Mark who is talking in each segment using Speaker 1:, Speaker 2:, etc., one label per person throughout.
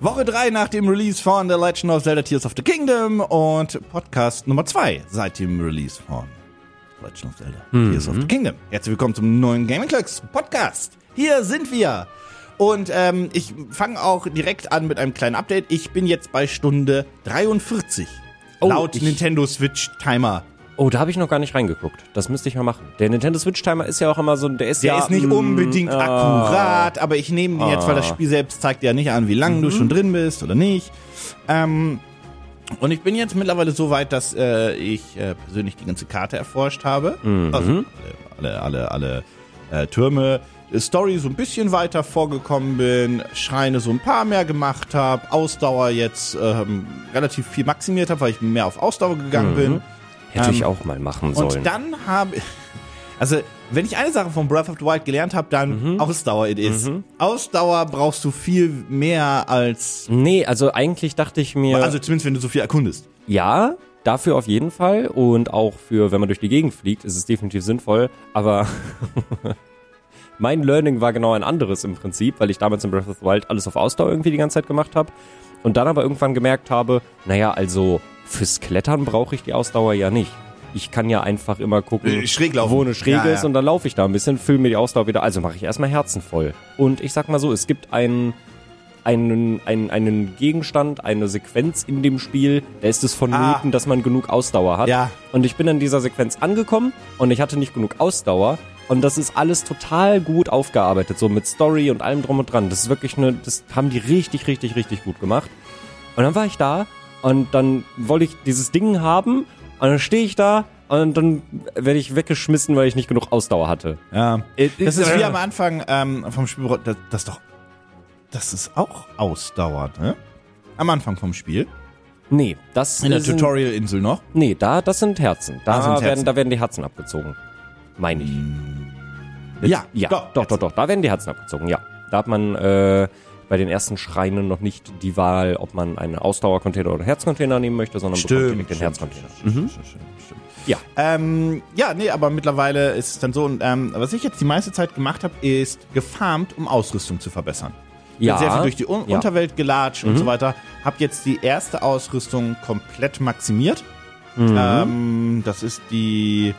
Speaker 1: Woche 3 nach dem Release von The Legend of Zelda Tears of the Kingdom und Podcast Nummer 2 seit dem Release von The Legend of Zelda
Speaker 2: Mhm.
Speaker 1: Tears of the Kingdom. Herzlich willkommen zum neuen Gaming Clerks Podcast. Hier sind wir. Und ähm, ich fange auch direkt an mit einem kleinen Update. Ich bin jetzt bei Stunde 43.
Speaker 2: Oh,
Speaker 1: laut
Speaker 2: ich-
Speaker 1: Nintendo Switch Timer.
Speaker 2: Oh, da habe ich noch gar nicht reingeguckt. Das müsste ich mal machen. Der Nintendo Switch Timer ist ja auch immer so, der ist
Speaker 1: Der
Speaker 2: ja
Speaker 1: ist nicht um.
Speaker 2: mm,
Speaker 1: unbedingt
Speaker 2: ah.
Speaker 1: akkurat, aber ich nehme den jetzt, weil das Spiel selbst zeigt ja nicht an, wie lange
Speaker 2: Mhm.
Speaker 1: du schon drin bist oder nicht. Ähm, und ich bin jetzt mittlerweile so weit, dass äh, ich äh, persönlich die ganze Karte erforscht habe.
Speaker 2: Mhm.
Speaker 1: Also alle, alle, alle, alle äh, Türme. äh, Story so ein bisschen weiter vorgekommen bin, Schreine so ein paar mehr gemacht habe, Ausdauer jetzt ähm, relativ viel maximiert habe, weil ich mehr auf Ausdauer
Speaker 2: Mhm.
Speaker 1: gegangen bin.
Speaker 2: Hätte ich
Speaker 1: Ähm,
Speaker 2: auch mal machen
Speaker 1: Und
Speaker 2: sollen.
Speaker 1: dann habe also wenn ich eine Sache von Breath of the Wild gelernt habe, dann
Speaker 2: Mhm.
Speaker 1: Ausdauer it is. Ausdauer brauchst du viel mehr als
Speaker 2: nee, also eigentlich dachte ich mir,
Speaker 1: also zumindest wenn du so viel erkundest.
Speaker 2: ja, dafür auf jeden Fall und auch für, wenn man durch die Gegend fliegt, ist es definitiv sinnvoll, aber mein Learning war genau ein anderes im Prinzip, weil ich damals in Breath of the Wild alles auf Ausdauer irgendwie die ganze Zeit gemacht habe und dann aber irgendwann gemerkt habe, naja, also fürs Klettern brauche ich die Ausdauer ja nicht. Ich kann ja einfach immer gucken,
Speaker 1: Äh, schräg laufen.
Speaker 2: Mhm. wo eine Schräge
Speaker 1: Ja, ja.
Speaker 2: ist und dann laufe ich da ein bisschen, fülle mir die Ausdauer wieder. Also mache ich erstmal Herzen voll. Und ich sag mal so, es gibt einen, einen, einen, einen Gegenstand, eine Sequenz in dem Spiel, da ist es vonnöten,
Speaker 1: Ah.
Speaker 2: dass man genug Ausdauer hat.
Speaker 1: Ja.
Speaker 2: Und ich bin in dieser Sequenz angekommen und ich hatte nicht genug Ausdauer. Und das ist alles total gut aufgearbeitet, so mit Story und allem drum und dran. Das ist wirklich eine, das haben die richtig, richtig, richtig gut gemacht. Und dann war ich da und dann wollte ich dieses Ding haben und dann stehe ich da und dann werde ich weggeschmissen, weil ich nicht genug Ausdauer hatte.
Speaker 1: Ja. Das ist wie am
Speaker 2: Äh,
Speaker 1: Anfang ähm, vom Spiel das, das doch das ist auch Ausdauer, ne? Am Anfang vom Spiel
Speaker 2: Nee, das
Speaker 1: in der
Speaker 2: sind-
Speaker 1: Tutorial Insel noch.
Speaker 2: Nee, da, das sind Herzen. Da,
Speaker 1: Ah, sind
Speaker 2: werden,
Speaker 1: Herzen.
Speaker 2: da werden die Herzen abgezogen. Meine ich.
Speaker 1: Ja,
Speaker 2: Ja, doch, doch, doch, Da werden die Herzen abgezogen, ja. Da hat man äh, bei den ersten Schreinen noch nicht die Wahl, ob man einen Ausdauercontainer oder Herzcontainer nehmen möchte, sondern bekommt direkt
Speaker 1: Stimmt,
Speaker 2: den Herzcontainer.
Speaker 1: stimmt, stimmt, stimmt, stimmt.
Speaker 2: Ja.
Speaker 1: Ähm, ja, nee, aber mittlerweile ist es dann so. Und ähm, was ich jetzt die meiste Zeit gemacht habe, ist gefarmt, um Ausrüstung zu verbessern. Ich
Speaker 2: Ja.
Speaker 1: bin sehr viel durch die Un
Speaker 2: ja. Mhm.
Speaker 1: Unterwelt gelatscht und so weiter. Hab jetzt die erste Ausrüstung komplett maximiert.
Speaker 2: Mhm.
Speaker 1: Ähm, das ist die.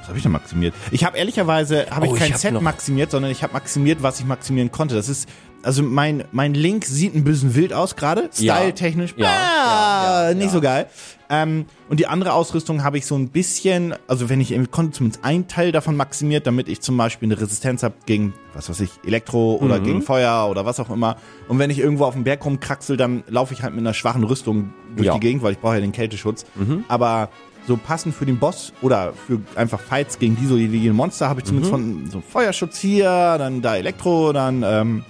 Speaker 1: Was habe ich denn maximiert? Ich habe ehrlicherweise habe ich
Speaker 2: Oh, ich
Speaker 1: kein
Speaker 2: hab
Speaker 1: Set
Speaker 2: noch-
Speaker 1: maximiert, sondern ich habe maximiert, was ich maximieren konnte. Das ist also mein mein Link sieht ein bisschen wild aus gerade,
Speaker 2: Ja.
Speaker 1: style-technisch.
Speaker 2: Ja,
Speaker 1: ah,
Speaker 2: ja, ja,
Speaker 1: nicht
Speaker 2: ja.
Speaker 1: so geil. Ähm, und die andere Ausrüstung habe ich so ein bisschen, also wenn ich irgendwie konnte, zumindest einen Teil davon maximiert, damit ich zum Beispiel eine Resistenz habe gegen, was weiß ich, Elektro oder
Speaker 2: Mhm.
Speaker 1: gegen Feuer oder was auch immer. Und wenn ich irgendwo auf dem Berg rumkraxel, dann laufe ich halt mit einer schwachen Rüstung durch
Speaker 2: Ja. Mhm.
Speaker 1: die Gegend, weil ich brauche ja den Kälteschutz. Aber so passend für den Boss oder für einfach Fights gegen die so jeweiligen Monster habe ich zumindest
Speaker 2: Mhm.
Speaker 1: von so Feuerschutz hier, dann da Elektro, dann ähm,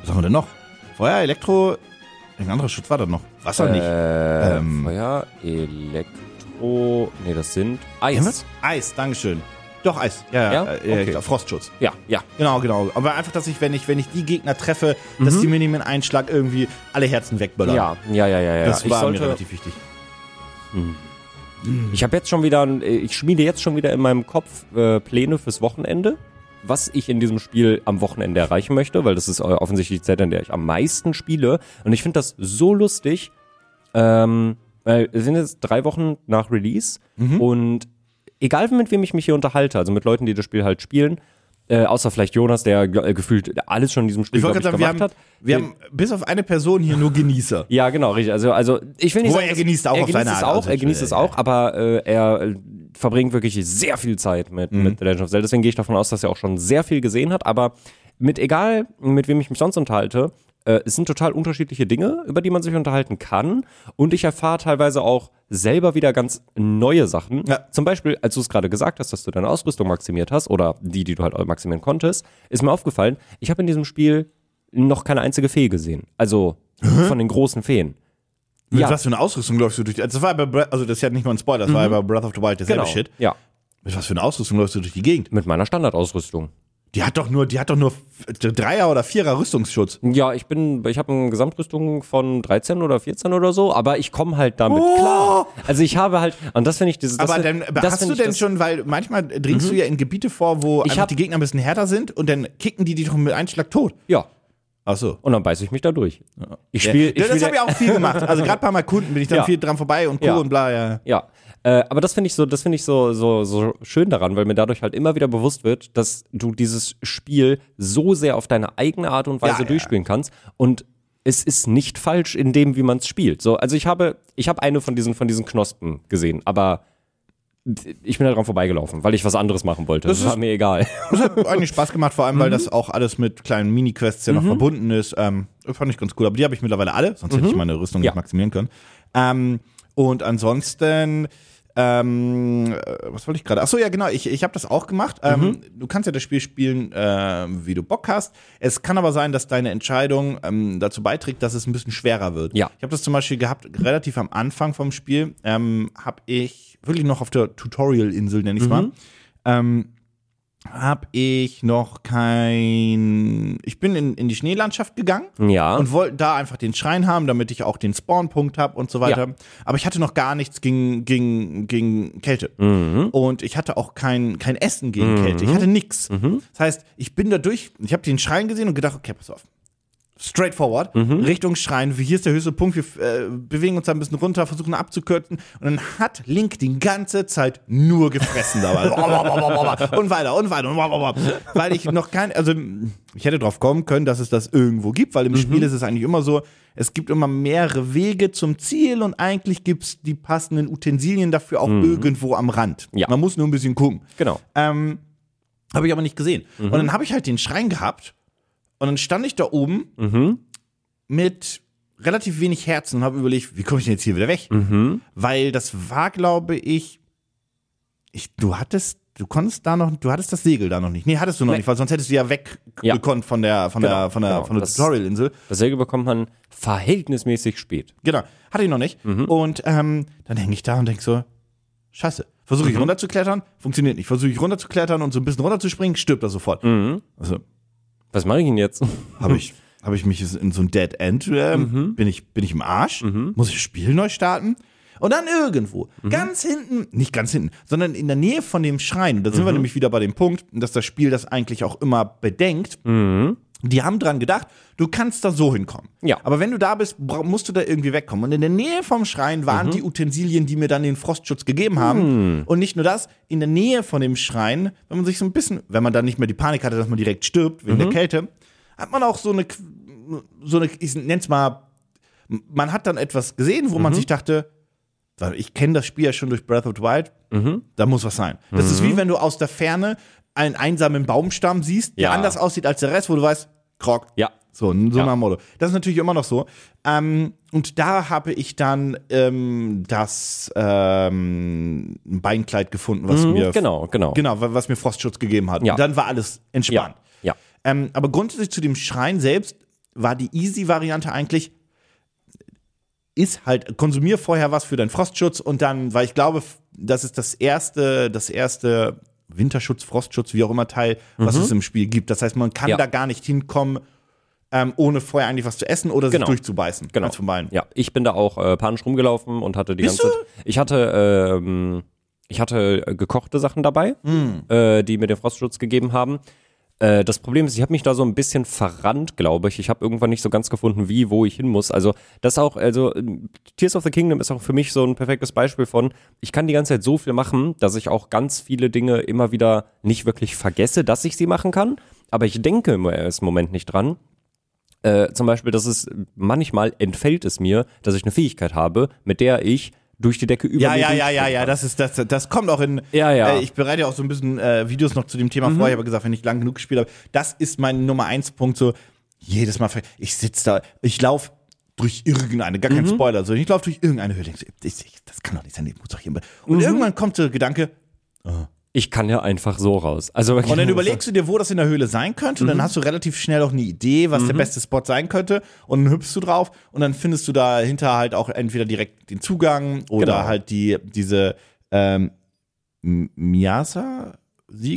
Speaker 1: was haben wir denn noch? Feuer, Elektro, ein anderer Schutz war da noch. Wasser nicht.
Speaker 2: Äh,
Speaker 1: Ähm.
Speaker 2: Feuer, Elektro. Nee, das sind Eis.
Speaker 1: Eis. Eis, Dankeschön. Doch, Eis. Ja,
Speaker 2: Ja?
Speaker 1: ja, äh, ja
Speaker 2: Okay.
Speaker 1: klar, Frostschutz.
Speaker 2: Ja, ja.
Speaker 1: Genau, genau. Aber einfach, dass ich, wenn ich, wenn ich die Gegner treffe, dass die mir nicht mit einem Einschlag irgendwie alle Herzen wegböllern.
Speaker 2: Mhm. Ja, ja, ja, ja, ja.
Speaker 1: Das
Speaker 2: ich
Speaker 1: war mir
Speaker 2: sollte,
Speaker 1: relativ wichtig.
Speaker 2: ich habe jetzt schon wieder, ein- äh, ich schmiede jetzt schon wieder in meinem Kopf äh, Pläne fürs Wochenende, was ich in diesem Spiel am Wochenende erreichen möchte, weil das ist äh, offensichtlich die Zeit, in der ich am meisten spiele. Und ich finde das so lustig, ähm, weil es sind jetzt drei Wochen nach Release
Speaker 1: Mhm.
Speaker 2: und egal mit wem ich mich hier unterhalte, also mit Leuten, die das Spiel halt spielen, äh, außer vielleicht Jonas, der äh, gefühlt alles schon in diesem Spiel
Speaker 1: Ich wollte
Speaker 2: glaub
Speaker 1: gerade sagen,
Speaker 2: ich,
Speaker 1: wir
Speaker 2: gemacht
Speaker 1: haben,
Speaker 2: hat.
Speaker 1: wir haben bis auf eine Person hier nur Genießer.
Speaker 2: Ja, genau, richtig. Also, also ich will nicht
Speaker 1: Wo
Speaker 2: sagen,
Speaker 1: er
Speaker 2: dass-
Speaker 1: genießt auch
Speaker 2: er
Speaker 1: auf
Speaker 2: genießt
Speaker 1: seine
Speaker 2: es
Speaker 1: Art.
Speaker 2: auch,
Speaker 1: Also
Speaker 2: er
Speaker 1: ich-
Speaker 2: genießt es auch, aber äh, er äh, verbringt wirklich sehr viel Zeit mit,
Speaker 1: Mhm.
Speaker 2: mit The Legend of Zelda. Deswegen gehe ich davon aus, dass er auch schon sehr viel gesehen hat. Aber mit egal, mit wem ich mich sonst unterhalte, äh, es sind total unterschiedliche Dinge, über die man sich unterhalten kann. Und ich erfahre teilweise auch selber wieder ganz neue Sachen.
Speaker 1: Ja.
Speaker 2: Zum Beispiel, als du es gerade gesagt hast, dass du deine Ausrüstung maximiert hast oder die, die du halt maximieren konntest, ist mir aufgefallen, ich habe in diesem Spiel noch keine einzige Fee gesehen. Also von den großen Feen.
Speaker 1: Mit
Speaker 2: Ja.
Speaker 1: was für einer Ausrüstung läufst du durch die, also das war bei, Bre- also das ist ja nicht mal ein Spoiler, das war ja
Speaker 2: Mhm.
Speaker 1: bei Breath of the Wild derselbe Shit.
Speaker 2: genau. Ja,
Speaker 1: Mit was für einer Ausrüstung läufst du durch die Gegend?
Speaker 2: mit meiner Standardausrüstung.
Speaker 1: Die hat doch nur, die hat doch nur F- Dreier- oder Vierer Rüstungsschutz.
Speaker 2: Ja, ich bin, ich habe eine Gesamtrüstung von 13 oder 14 oder so, aber ich komme halt damit klar. Also ich habe halt, und das finde ich dieses. das
Speaker 1: Oh! Aber dann,
Speaker 2: find-
Speaker 1: aber
Speaker 2: das
Speaker 1: hast
Speaker 2: find
Speaker 1: du
Speaker 2: ich
Speaker 1: denn
Speaker 2: das- Mhm.
Speaker 1: schon, weil manchmal dringst du ja in Gebiete vor, wo
Speaker 2: Ich
Speaker 1: einfach
Speaker 2: hab-
Speaker 1: die Gegner ein bisschen härter sind und dann kicken die dich doch mit einem Schlag tot.
Speaker 2: Ja.
Speaker 1: Ach so.
Speaker 2: Und dann beiße ich mich da durch. Ich
Speaker 1: Ja.
Speaker 2: spiele.
Speaker 1: ja, das habe ich auch viel gemacht. Also gerade ein paar Mal Kunden bin ich dann
Speaker 2: Ja.
Speaker 1: viel dran vorbei und Co.
Speaker 2: Ja.
Speaker 1: und bla, ja.
Speaker 2: Ja, äh, aber das finde ich so, das finde ich so, so, so schön daran, weil mir dadurch halt immer wieder bewusst wird, dass du dieses Spiel so sehr auf deine eigene Art und Weise
Speaker 1: Ja, ja.
Speaker 2: durchspielen kannst und es ist nicht falsch in dem, wie man es spielt. So, also ich habe, ich habe eine von diesen, von diesen Knospen gesehen, aber ich bin da dran vorbeigelaufen, weil ich was anderes machen wollte. Das, war mir egal.
Speaker 1: Das hat eigentlich Spaß gemacht, vor allem,
Speaker 2: Mhm.
Speaker 1: weil das auch alles mit kleinen Mini-Quests ja noch verbunden ist. Ähm, fand ich ganz cool. Aber die habe ich mittlerweile alle, sonst hätte ich meine Rüstung
Speaker 2: Mhm. Ja.
Speaker 1: nicht maximieren können. Ähm, und ansonsten, ähm, äh, was wollte ich gerade? Achso, ja, genau, ich, ich habe das auch gemacht. Ähm,
Speaker 2: Mhm.
Speaker 1: du kannst ja das Spiel spielen, äh, wie du Bock hast. Es kann aber sein, dass deine Entscheidung ähm, dazu beiträgt, dass es ein bisschen schwerer wird.
Speaker 2: Ja.
Speaker 1: Ich habe das zum Beispiel gehabt, relativ am Anfang vom Spiel, ähm, habe ich wirklich noch auf der Tutorial-Insel, nenne ich es
Speaker 2: Mhm.
Speaker 1: mal. Ähm, habe ich noch kein. Ich bin in, in die Schneelandschaft gegangen
Speaker 2: Ja.
Speaker 1: und wollte da einfach den Schrein haben, damit ich auch den Spawnpunkt habe und so weiter.
Speaker 2: Ja.
Speaker 1: Aber ich hatte noch gar nichts gegen, gegen, gegen Kälte.
Speaker 2: Mhm.
Speaker 1: Und ich hatte auch kein, kein Essen gegen Kälte. Ich hatte nichts.
Speaker 2: Mhm.
Speaker 1: Das heißt, ich bin da durch, ich habe den Schrein gesehen und gedacht, okay, pass auf. Straightforward, Richtung Schrein, hier ist der höchste Punkt, wir äh, bewegen uns da ein bisschen runter, versuchen abzukürzen. Und dann hat Link die ganze Zeit nur gefressen dabei. und weiter und weiter. Und weil ich noch kein, also ich hätte drauf kommen können, dass es das irgendwo gibt, weil im Spiel ist es eigentlich immer so, es gibt immer mehrere Wege zum Ziel und eigentlich gibt es die passenden Utensilien dafür auch irgendwo am Rand.
Speaker 2: Ja.
Speaker 1: Man muss nur ein bisschen gucken.
Speaker 2: genau.
Speaker 1: Ähm, habe ich aber nicht gesehen. Und dann habe ich halt den Schrein gehabt und dann stand ich da oben mit relativ wenig Herzen und habe überlegt, wie komme ich denn jetzt hier wieder weg? Weil das war, glaube ich, ich, du hattest, du konntest da noch, du hattest das Segel da noch nicht. Nee, hattest du noch
Speaker 2: Nee.
Speaker 1: nicht, weil sonst hättest du ja
Speaker 2: Ja.
Speaker 1: weggekonnt von der, von
Speaker 2: Genau,
Speaker 1: der, von der,
Speaker 2: genau.
Speaker 1: von der
Speaker 2: Das-
Speaker 1: Tutorial-Insel.
Speaker 2: Das Segel bekommt man verhältnismäßig spät.
Speaker 1: Genau, hatte ich noch nicht. Und ähm, dann hänge ich da und denke so, scheiße. Versuche ich runterzuklettern, funktioniert nicht. Versuche ich runterzuklettern und so ein bisschen runterzuspringen, stirbt er sofort. Also
Speaker 2: Was mache ich denn jetzt?
Speaker 1: habe ich, hab ich mich in so ein Dead End, ähm, bin, ich, bin ich im Arsch, muss ich das Spiel neu starten. Und dann irgendwo, ganz hinten, nicht ganz hinten, sondern in der Nähe von dem Schrein, und da sind wir nämlich wieder bei dem Punkt, dass das Spiel das eigentlich auch immer bedenkt, die haben dran gedacht, du kannst da so hinkommen.
Speaker 2: Ja.
Speaker 1: Aber wenn du da bist, bra- musst du da irgendwie wegkommen. Und in der Nähe vom Schrein
Speaker 2: Mhm.
Speaker 1: waren die Utensilien, die mir dann den Frostschutz gegeben haben.
Speaker 2: Hm.
Speaker 1: Und nicht nur das, in der Nähe von dem Schrein, wenn man sich so ein bisschen, wenn man dann nicht mehr die Panik hatte, dass man direkt stirbt wegen der
Speaker 2: Mhm.
Speaker 1: Kälte, hat man auch so eine, Qu- so eine, ich nenn's mal, man hat dann etwas gesehen, wo
Speaker 2: Mhm.
Speaker 1: man sich dachte, weil ich kenne das Spiel ja schon durch Breath of the Wild,
Speaker 2: Mhm.
Speaker 1: da muss was sein. Das ist wie wenn du aus der Ferne einen einsamen Baumstamm siehst, der
Speaker 2: Ja.
Speaker 1: anders aussieht als der Rest, wo du weißt, Krog.
Speaker 2: Ja.
Speaker 1: So, so
Speaker 2: Ja.
Speaker 1: nach dem Motto. Das ist natürlich immer noch so. Ähm, und da habe ich dann ähm, das ähm, Beinkleid gefunden, was mir
Speaker 2: Genau, genau.
Speaker 1: genau, wa- was mir Frostschutz gegeben hat.
Speaker 2: Ja.
Speaker 1: Und dann war alles entspannt.
Speaker 2: Ja. Ja.
Speaker 1: Ähm, aber grundsätzlich zu dem Schrein selbst war die Easy-Variante eigentlich, ist halt, konsumier vorher was für deinen Frostschutz und dann, weil ich glaube, f- das ist das erste, das erste Winterschutz, Frostschutz, wie auch immer Teil, was es im Spiel gibt. Das heißt, man kann
Speaker 2: Mhm. Ja.
Speaker 1: da gar nicht hinkommen, ähm, ohne vorher eigentlich was zu essen oder
Speaker 2: Genau.
Speaker 1: sich durchzubeißen.
Speaker 2: Genau.
Speaker 1: Eins von beiden.
Speaker 2: Ja, ich bin da auch äh, panisch rumgelaufen und hatte die
Speaker 1: Bist
Speaker 2: ganze Zeit. Ich hatte, ähm, ich hatte äh, gekochte Sachen dabei, äh, die mir den Frostschutz gegeben haben. Äh, das Problem ist, ich habe mich da so ein bisschen verrannt, glaube ich. Ich habe irgendwann nicht so ganz gefunden, wie, wo ich hin muss. Also, das auch, also ähm, Tears of the Kingdom ist auch für mich so ein perfektes Beispiel von, ich kann die ganze Zeit so viel machen, dass ich auch ganz viele Dinge immer wieder nicht wirklich vergesse, dass ich sie machen kann. Aber ich denke im ersten Moment nicht dran, äh, zum Beispiel, dass es manchmal entfällt es mir, dass ich eine Fähigkeit habe, mit der ich durch die Decke über
Speaker 1: Ja,
Speaker 2: mir
Speaker 1: ja, ja,
Speaker 2: durchspringen
Speaker 1: ja, ja,
Speaker 2: kann.
Speaker 1: das ist das, das kommt auch in.
Speaker 2: Ja, ja. Mhm.
Speaker 1: Äh, ich bereite auch so ein bisschen äh, Videos noch zu dem Thema vor. Ich habe gesagt, wenn ich lang genug gespielt habe, das ist mein Nummer eins Punkt. So jedes Mal, ver- ich sitze da, ich laufe durch irgendeine, gar
Speaker 2: Mhm.
Speaker 1: kein Spoiler, so ich laufe durch irgendeine Höhle. Ich, so, ich, ich, das kann doch nicht sein, ich muss doch hier. Und
Speaker 2: Mhm.
Speaker 1: irgendwann kommt so der Gedanke,
Speaker 2: Ich kann ja einfach so raus. Also
Speaker 1: und dann überlegst du dir, wo das in der Höhle sein könnte. Und
Speaker 2: Mhm.
Speaker 1: dann hast du relativ schnell auch eine Idee, was der beste Spot sein könnte. Und dann hüpfst du drauf und dann findest du dahinter halt auch entweder direkt den Zugang oder
Speaker 2: Genau.
Speaker 1: halt die, diese ähm, M- Miasa,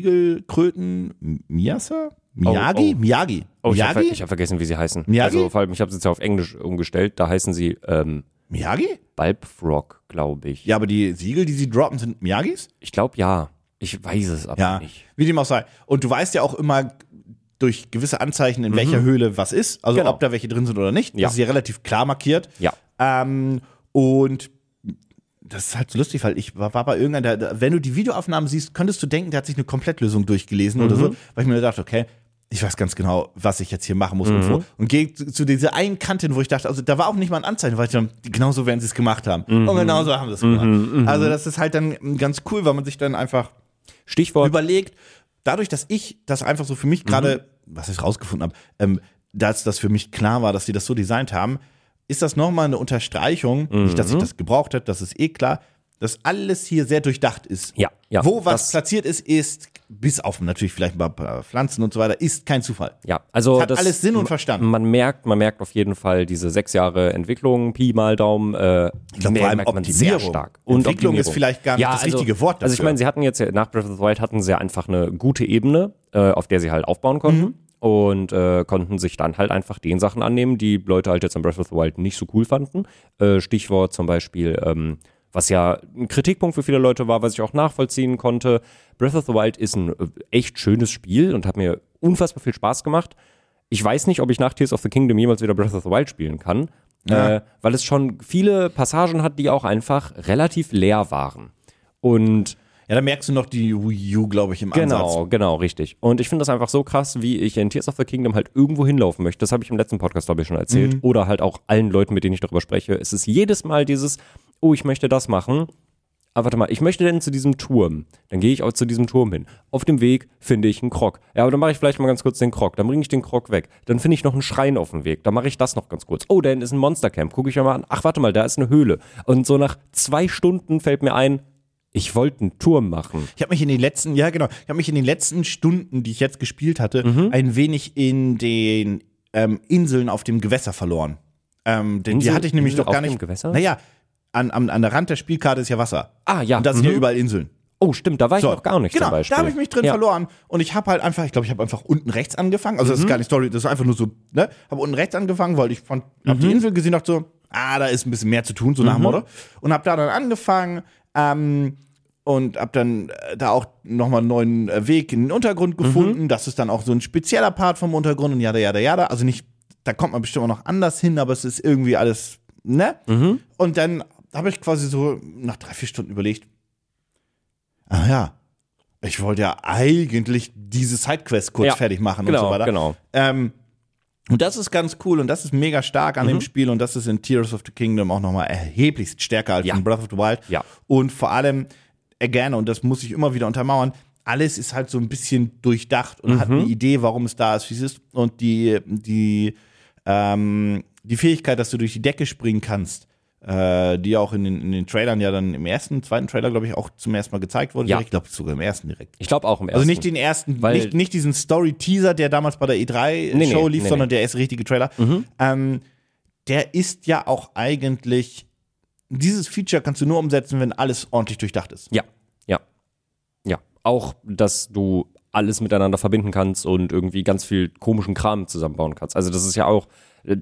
Speaker 1: Siegelkröten, M- Miasa? Miyagi?
Speaker 2: oh.
Speaker 1: Miyagi.
Speaker 2: Oh, ich habe
Speaker 1: Miyagi?
Speaker 2: hab vergessen, wie sie heißen.
Speaker 1: Miyagi?
Speaker 2: Also vor allem, ich habe es jetzt ja auf Englisch umgestellt. Da heißen sie ähm,
Speaker 1: Miyagi?
Speaker 2: Balbfrog, glaube ich.
Speaker 1: Ja, aber die Siegel, die sie droppen, sind Miyagis?
Speaker 2: Ich glaube ja. Ich weiß es aber
Speaker 1: Ja,
Speaker 2: nicht.
Speaker 1: wie dem auch sei. Und du weißt ja auch immer, durch gewisse Anzeichen, in welcher Höhle was ist. Also
Speaker 2: Mhm. Genau.
Speaker 1: ob da welche drin sind oder nicht.
Speaker 2: Ja.
Speaker 1: Das ist ja relativ klar markiert.
Speaker 2: Ja.
Speaker 1: Ähm, und das ist halt so lustig, weil ich war, war bei irgendeiner, da- wenn du die Videoaufnahmen siehst, könntest du denken, der hat sich eine Komplettlösung durchgelesen oder so, weil ich mir dachte, okay, ich weiß ganz genau, was ich jetzt hier machen muss und wo. Und gehe zu, zu dieser einen Kante, hin, wo ich dachte, also da war auch nicht mal ein Anzeichen, weil ich dann, genau so werden sie es gemacht haben. Und genau so haben sie es gemacht. Also das ist halt dann ganz cool, weil man sich dann einfach
Speaker 2: Stichwort
Speaker 1: überlegt, dadurch, dass ich das einfach so für mich gerade,
Speaker 2: Mhm.
Speaker 1: was ich rausgefunden habe, ähm, dass das für mich klar war, dass sie das so designt haben, ist das nochmal eine Unterstreichung, nicht,
Speaker 2: Mhm.
Speaker 1: dass ich das gebraucht hätte, das ist eh klar, dass alles hier sehr durchdacht ist.
Speaker 2: Ja, ja,
Speaker 1: Wo was
Speaker 2: das-
Speaker 1: platziert ist, ist, bis auf natürlich vielleicht ein paar Pflanzen und so weiter, ist kein Zufall.
Speaker 2: Ja, also
Speaker 1: Hat
Speaker 2: das,
Speaker 1: alles Sinn und
Speaker 2: ma-
Speaker 1: Verstand.
Speaker 2: Man merkt, man merkt auf jeden Fall diese sechs Jahre Entwicklung, Pi mal Daumen. Äh,
Speaker 1: glaub,
Speaker 2: mer-
Speaker 1: vor allem
Speaker 2: merkt man sehr
Speaker 1: Optimierung.
Speaker 2: stark.
Speaker 1: Entwicklung ist vielleicht gar nicht das
Speaker 2: also,
Speaker 1: richtige Wort
Speaker 2: Also ich
Speaker 1: dafür.
Speaker 2: meine, sie hatten jetzt ja- nach Breath of the Wild hatten sie ja einfach eine gute Ebene, äh, auf der sie halt aufbauen konnten. Und äh, konnten sich dann halt einfach den Sachen annehmen, die Leute halt jetzt in Breath of the Wild nicht so cool fanden. Äh, Stichwort zum Beispiel, ähm, was ja ein Kritikpunkt für viele Leute war, was ich auch nachvollziehen konnte. Breath of the Wild ist ein äh, echt schönes Spiel und hat mir unfassbar viel Spaß gemacht. Ich weiß nicht, ob ich nach Tears of the Kingdom jemals wieder Breath of the Wild spielen kann, äh, weil es schon viele Passagen hat, die auch einfach relativ leer waren. Und
Speaker 1: Ja, da merkst du noch die Wii U, glaube ich, im Ansatz.
Speaker 2: genau, genau, richtig. Und ich finde das einfach so krass, wie ich in Tears of the Kingdom halt irgendwo hinlaufen möchte. Das habe ich im letzten Podcast, glaube ich, schon erzählt. Oder halt auch allen Leuten, mit denen ich darüber spreche. Es ist jedes Mal dieses, oh, ich möchte das machen. Aber warte mal, ich möchte denn zu diesem Turm. Dann gehe ich auch zu diesem Turm hin. Auf dem Weg finde ich einen Krog. Ja, aber dann mache ich vielleicht mal ganz kurz den Krog. Dann bringe ich den Krog weg. Dann finde ich noch einen Schrein auf dem Weg. Dann mache ich das noch ganz kurz. Oh, da hinten ist ein Monstercamp. Gucke ich mir mal an. Ach, warte mal, da ist eine Höhle. Und so nach zwei Stunden fällt mir ein, ich wollte einen Turm machen.
Speaker 1: Ich habe mich in den letzten, ja genau, ich habe mich in den letzten Stunden, die ich jetzt gespielt hatte,
Speaker 2: Mhm.
Speaker 1: ein wenig in den ähm, Inseln auf dem Gewässer verloren. Ähm, denn die
Speaker 2: Insel-
Speaker 1: hatte ich nämlich
Speaker 2: Insel
Speaker 1: doch gar
Speaker 2: auf dem
Speaker 1: nicht.
Speaker 2: Gewässer?
Speaker 1: Naja, an, an, an der Rand der Spielkarte ist ja Wasser.
Speaker 2: Ah, ja,
Speaker 1: Und da sind
Speaker 2: mhm.
Speaker 1: ja überall Inseln.
Speaker 2: Oh, stimmt, da war ich
Speaker 1: So,
Speaker 2: noch gar nicht
Speaker 1: Genau,
Speaker 2: zum Beispiel.
Speaker 1: da habe ich mich drin
Speaker 2: ja.
Speaker 1: verloren und ich habe halt einfach, ich glaube, ich habe einfach unten rechts angefangen. Also das
Speaker 2: Mhm.
Speaker 1: ist gar nicht Story, das ist einfach nur so, ne? Habe unten rechts angefangen, weil ich fand, habe
Speaker 2: Mhm.
Speaker 1: die Insel gesehen, dachte so, ah, da ist ein bisschen mehr zu tun, so nach dem Motto. Und habe da dann angefangen ähm, und habe dann äh, da auch nochmal einen neuen äh, Weg in den
Speaker 2: Mhm.
Speaker 1: Untergrund gefunden. Das ist dann auch so ein spezieller Part vom Untergrund und jada, jada, jada. Also nicht, da kommt man bestimmt auch noch anders hin, aber es ist irgendwie alles, ne?
Speaker 2: Mhm.
Speaker 1: Und dann habe ich quasi so nach drei, vier Stunden überlegt, ah ja, ich wollte ja eigentlich diese Sidequest kurz
Speaker 2: Ja,
Speaker 1: fertig machen
Speaker 2: genau,
Speaker 1: und so weiter.
Speaker 2: Genau.
Speaker 1: Ähm, und das ist ganz cool und das ist mega stark
Speaker 2: Mhm.
Speaker 1: an dem Spiel und das ist in Tears of the Kingdom auch nochmal erheblichst stärker als
Speaker 2: Ja.
Speaker 1: in Breath of the Wild.
Speaker 2: Ja.
Speaker 1: Und vor allem, again, und das muss ich immer wieder untermauern, alles ist halt so ein bisschen durchdacht und
Speaker 2: Mhm.
Speaker 1: hat eine Idee, warum es da ist, wie es ist. Und die, die, ähm, die Fähigkeit, dass du durch die Decke springen kannst, äh, die auch in den, in den Trailern ja dann im ersten, zweiten Trailer, glaube ich, auch zum ersten Mal gezeigt wurde.
Speaker 2: Ja.
Speaker 1: Ich glaube sogar im ersten direkt.
Speaker 2: Ich glaube auch im ersten.
Speaker 1: Also nicht den ersten,
Speaker 2: Weil-
Speaker 1: nicht, nicht diesen Story-Teaser, der damals bei der
Speaker 2: Nee,
Speaker 1: E3-Show
Speaker 2: nee,
Speaker 1: lief,
Speaker 2: nee, Mhm.
Speaker 1: sondern
Speaker 2: nee.
Speaker 1: der erste richtige Trailer. Ähm, der ist ja auch eigentlich. Dieses Feature kannst du nur umsetzen, wenn alles ordentlich durchdacht ist.
Speaker 2: Ja, ja. Ja. Auch, dass du alles miteinander verbinden kannst und irgendwie ganz viel komischen Kram zusammenbauen kannst. Also, das ist ja auch. äh,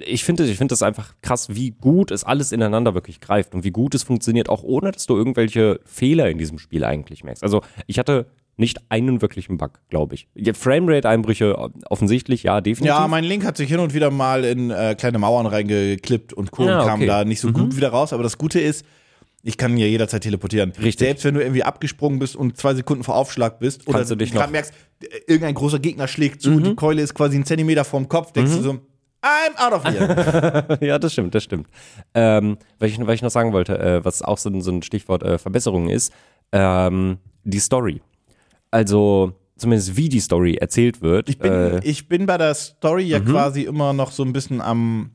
Speaker 2: Ich finde ich finde das einfach krass, wie gut es alles ineinander wirklich greift und wie gut es funktioniert, auch ohne dass du irgendwelche Fehler in diesem Spiel eigentlich merkst. Also, ich hatte nicht einen wirklichen Bug, glaube ich. Ja, Framerate-Einbrüche o- offensichtlich, ja, definitiv.
Speaker 1: Ja, mein Link hat sich hin und wieder mal in äh, kleine Mauern reingeklippt und Co.
Speaker 2: Ja,
Speaker 1: und kam
Speaker 2: Ah, okay. Mhm.
Speaker 1: da nicht so gut wieder raus. Aber das Gute ist, ich kann ja jederzeit teleportieren.
Speaker 2: Richtig.
Speaker 1: Selbst wenn du irgendwie abgesprungen bist und zwei Sekunden vor Aufschlag bist
Speaker 2: Kannst du dich
Speaker 1: grad
Speaker 2: noch- Mhm.
Speaker 1: merkst, äh, irgendein großer Gegner schlägt zu, die Keule ist quasi einen Zentimeter vorm Kopf, denkst du so, I'm out of here.
Speaker 2: ja, das stimmt, das stimmt. Ähm, was, ich, was ich noch sagen wollte, äh, was auch so ein, so ein Stichwort äh, Verbesserung ist, ähm, die Story. Also zumindest wie die Story erzählt wird.
Speaker 1: Ich bin,
Speaker 2: äh, Mhm.
Speaker 1: ich bin bei der Story ja quasi immer noch so ein bisschen am,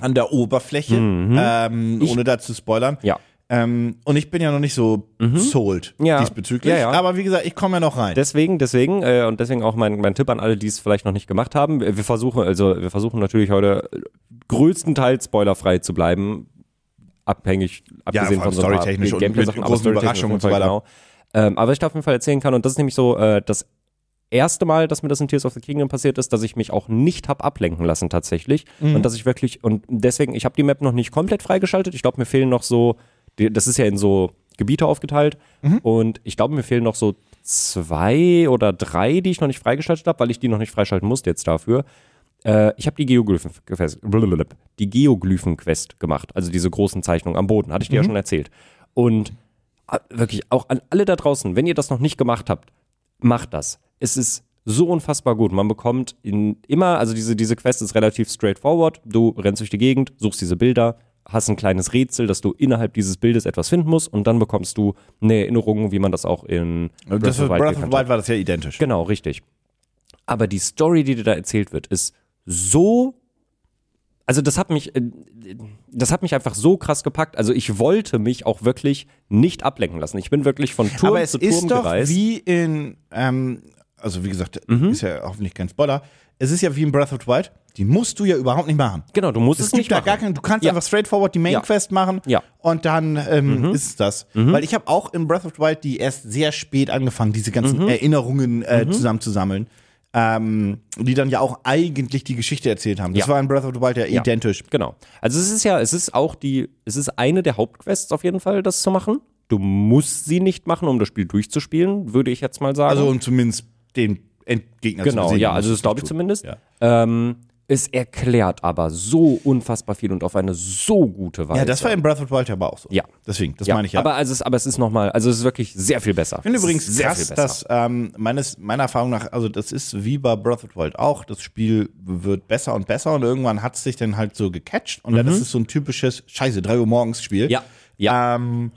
Speaker 1: an der Oberfläche,
Speaker 2: Mhm.
Speaker 1: ähm, ohne da zu spoilern.
Speaker 2: ja.
Speaker 1: Ähm, und ich bin ja noch nicht so sold
Speaker 2: Mhm. Ja.
Speaker 1: diesbezüglich.
Speaker 2: Ja, ja.
Speaker 1: Aber wie gesagt, ich komme ja noch rein.
Speaker 2: Deswegen, deswegen äh, und deswegen auch mein, mein Tipp an alle, die es vielleicht noch nicht gemacht haben. Wir versuchen, also wir versuchen natürlich heute größtenteils spoilerfrei zu bleiben, abhängig, abgesehen
Speaker 1: vor allem
Speaker 2: von so ein paar
Speaker 1: storytechnisch und mit
Speaker 2: Gameplay-Sachen, aber
Speaker 1: großen
Speaker 2: storytechnisch
Speaker 1: Überraschungen
Speaker 2: auf jeden
Speaker 1: und so
Speaker 2: Fall, Genau. Ähm, aber was ich da auf jeden Fall erzählen kann, und das ist nämlich so äh, das erste Mal, dass mir das in Tears of the Kingdom passiert ist, dass ich mich auch nicht hab ablenken lassen tatsächlich.
Speaker 1: Mhm.
Speaker 2: Und dass ich wirklich, und deswegen, ich habe die Map noch nicht komplett freigeschaltet. Ich glaube,
Speaker 1: Mhm.
Speaker 2: mir fehlen noch so, die, das ist ja in so Gebiete aufgeteilt. Und ich glaube, mir fehlen noch so zwei oder drei, die ich noch nicht freigeschaltet habe, weil ich die noch nicht freischalten musste jetzt dafür. Äh, ich habe die Geoglyphen blablabla, die Geoglyphen Quest gemacht, also diese großen Zeichnungen am Boden, hatte ich dir
Speaker 1: Mhm.
Speaker 2: ja schon erzählt. Und äh, wirklich auch an alle da draußen, wenn ihr das noch nicht gemacht habt, macht das. Es ist so unfassbar gut. Man bekommt in, immer, also diese, diese Quest ist relativ straightforward. Du rennst durch die Gegend, suchst diese Bilder, hast ein kleines Rätsel, dass du innerhalb dieses Bildes etwas finden musst und dann bekommst du eine Erinnerung, wie man das auch in Breath
Speaker 1: Das
Speaker 2: of the
Speaker 1: war,
Speaker 2: Wild
Speaker 1: Breath of the
Speaker 2: gekannt
Speaker 1: Wild war das ja identisch.
Speaker 2: Genau, richtig. Aber die Story, die dir da erzählt wird, ist so. Also das hat mich, äh, das hat mich einfach so krass gepackt. Also ich wollte mich auch wirklich nicht ablenken lassen. Ich bin wirklich von Turm
Speaker 1: Aber es
Speaker 2: zu Turm
Speaker 1: ist doch
Speaker 2: gereist. Mhm.
Speaker 1: wie in, ähm, also wie gesagt, ist ja hoffentlich kein Spoiler. Es ist ja wie in Breath of the Wild. Die musst du ja überhaupt nicht machen.
Speaker 2: genau, du musst es,
Speaker 1: Es
Speaker 2: nicht
Speaker 1: gibt da
Speaker 2: machen.
Speaker 1: gar keinen, du kannst
Speaker 2: Ja.
Speaker 1: einfach straightforward die Main
Speaker 2: Ja.
Speaker 1: Quest machen
Speaker 2: Ja. Mhm.
Speaker 1: und dann ähm, ist es das. Weil ich habe auch in Breath of the Wild die erst sehr spät angefangen, diese ganzen
Speaker 2: Mhm.
Speaker 1: Erinnerungen äh, zusammenzusammeln, ähm, die dann ja auch eigentlich die Geschichte erzählt haben. Das
Speaker 2: Ja.
Speaker 1: war in Breath of the Wild ja, identisch.
Speaker 2: Genau. Also es ist ja, es ist auch die, es ist eine der Hauptquests auf jeden Fall, das zu machen. Du musst sie nicht machen, um das Spiel durchzuspielen, würde ich jetzt mal sagen.
Speaker 1: Also um zumindest den Endgegner zu
Speaker 2: Genau,
Speaker 1: besiegen.
Speaker 2: ja, also das glaube ich zumindest.
Speaker 1: Ja.
Speaker 2: Ähm, es erklärt aber so unfassbar viel und auf eine so gute Weise.
Speaker 1: Ja, das war in Breath of the Wild ja aber auch so.
Speaker 2: Ja.
Speaker 1: Deswegen, das
Speaker 2: Ja,
Speaker 1: meine ich ja.
Speaker 2: Aber, also es, aber es ist nochmal, also es ist wirklich sehr viel besser.
Speaker 1: Ich finde übrigens
Speaker 2: sehr
Speaker 1: krass, dass ähm, meines, meiner Erfahrung nach, also das ist wie bei Breath of the Wild auch, das Spiel wird besser und besser und irgendwann hat es sich dann halt so gecatcht und dann ist es so ein typisches Scheiße, 3 Uhr morgens Spiel.
Speaker 2: Mhm. Ja, ja.
Speaker 1: Ähm,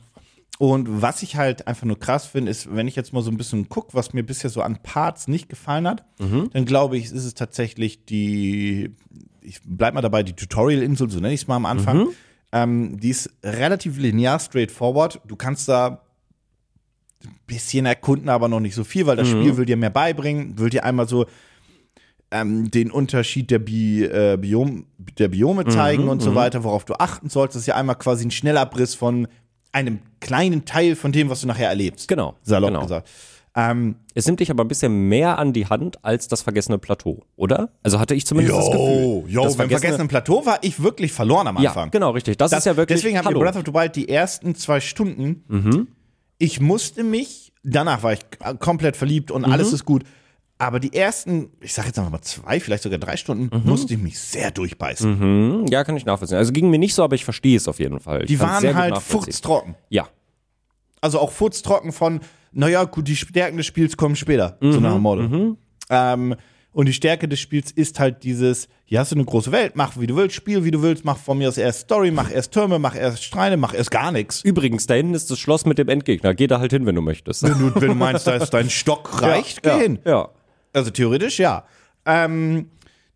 Speaker 1: und was ich halt einfach nur krass finde, ist, wenn ich jetzt mal so ein bisschen gucke, was mir bisher so an Parts nicht gefallen hat,
Speaker 2: Mhm.
Speaker 1: dann glaube ich, ist es tatsächlich die, ich bleib mal dabei, die Tutorial-Insel, so nenne ich es mal am Anfang.
Speaker 2: Mhm.
Speaker 1: Ähm, die ist relativ linear, straightforward. Du kannst da ein bisschen erkunden, aber noch nicht so viel, weil das
Speaker 2: Mhm.
Speaker 1: Spiel will dir mehr beibringen, will dir einmal so ähm, den Unterschied der, Bi äh, Biom der Biome
Speaker 2: Mhm,
Speaker 1: zeigen und so weiter, worauf du achten sollst. Das ist ja einmal quasi ein Schnellabriss von einem kleinen Teil von dem, was du nachher erlebst.
Speaker 2: Genau,
Speaker 1: Salopp
Speaker 2: genau.
Speaker 1: gesagt. Ähm,
Speaker 2: Es nimmt dich aber ein bisschen mehr an die Hand als das vergessene Plateau, oder? Also hatte ich zumindest das Gefühl.
Speaker 1: yo, yo,
Speaker 2: das
Speaker 1: beim vergessenen Plateau war ich wirklich verloren am
Speaker 2: ja,
Speaker 1: Anfang.
Speaker 2: genau, richtig. Das,
Speaker 1: Das-
Speaker 2: ist ja wirklich.
Speaker 1: deswegen haben wir
Speaker 2: hallo. Mhm.
Speaker 1: Breath of the Wild die ersten zwei Stunden. Ich musste mich, danach war ich k- komplett verliebt
Speaker 2: Mhm.
Speaker 1: und alles ist gut. Aber die ersten, ich sag jetzt einfach mal zwei, vielleicht sogar drei Stunden,
Speaker 2: Mhm.
Speaker 1: musste ich mich sehr durchbeißen.
Speaker 2: Hm, ja, kann ich nachvollziehen. Also ging mir nicht so, aber ich verstehe es auf jeden Fall. Ich
Speaker 1: Die
Speaker 2: kann's sehr
Speaker 1: waren
Speaker 2: gut
Speaker 1: halt
Speaker 2: nachvollziehen.
Speaker 1: furztrocken.
Speaker 2: Ja,
Speaker 1: Also auch furztrocken von, naja, gut, die Stärken des Spiels kommen später,
Speaker 2: Mhm.
Speaker 1: so nach dem Motto. Ähm, und die Stärke des Spiels ist halt dieses, hier hast du eine große Welt, mach wie du willst, spiel wie du willst, mach von mir aus erst Story, mach erst Türme, mach erst Steine, mach erst gar nichts.
Speaker 2: Übrigens, da hinten ist das Schloss mit dem Endgegner. Geh da halt hin, wenn du möchtest. Wenn
Speaker 1: Wenn du, wenn du meinst, da ist dein Stock reicht, geh hin.
Speaker 2: Ja.
Speaker 1: Also theoretisch ja. Ähm,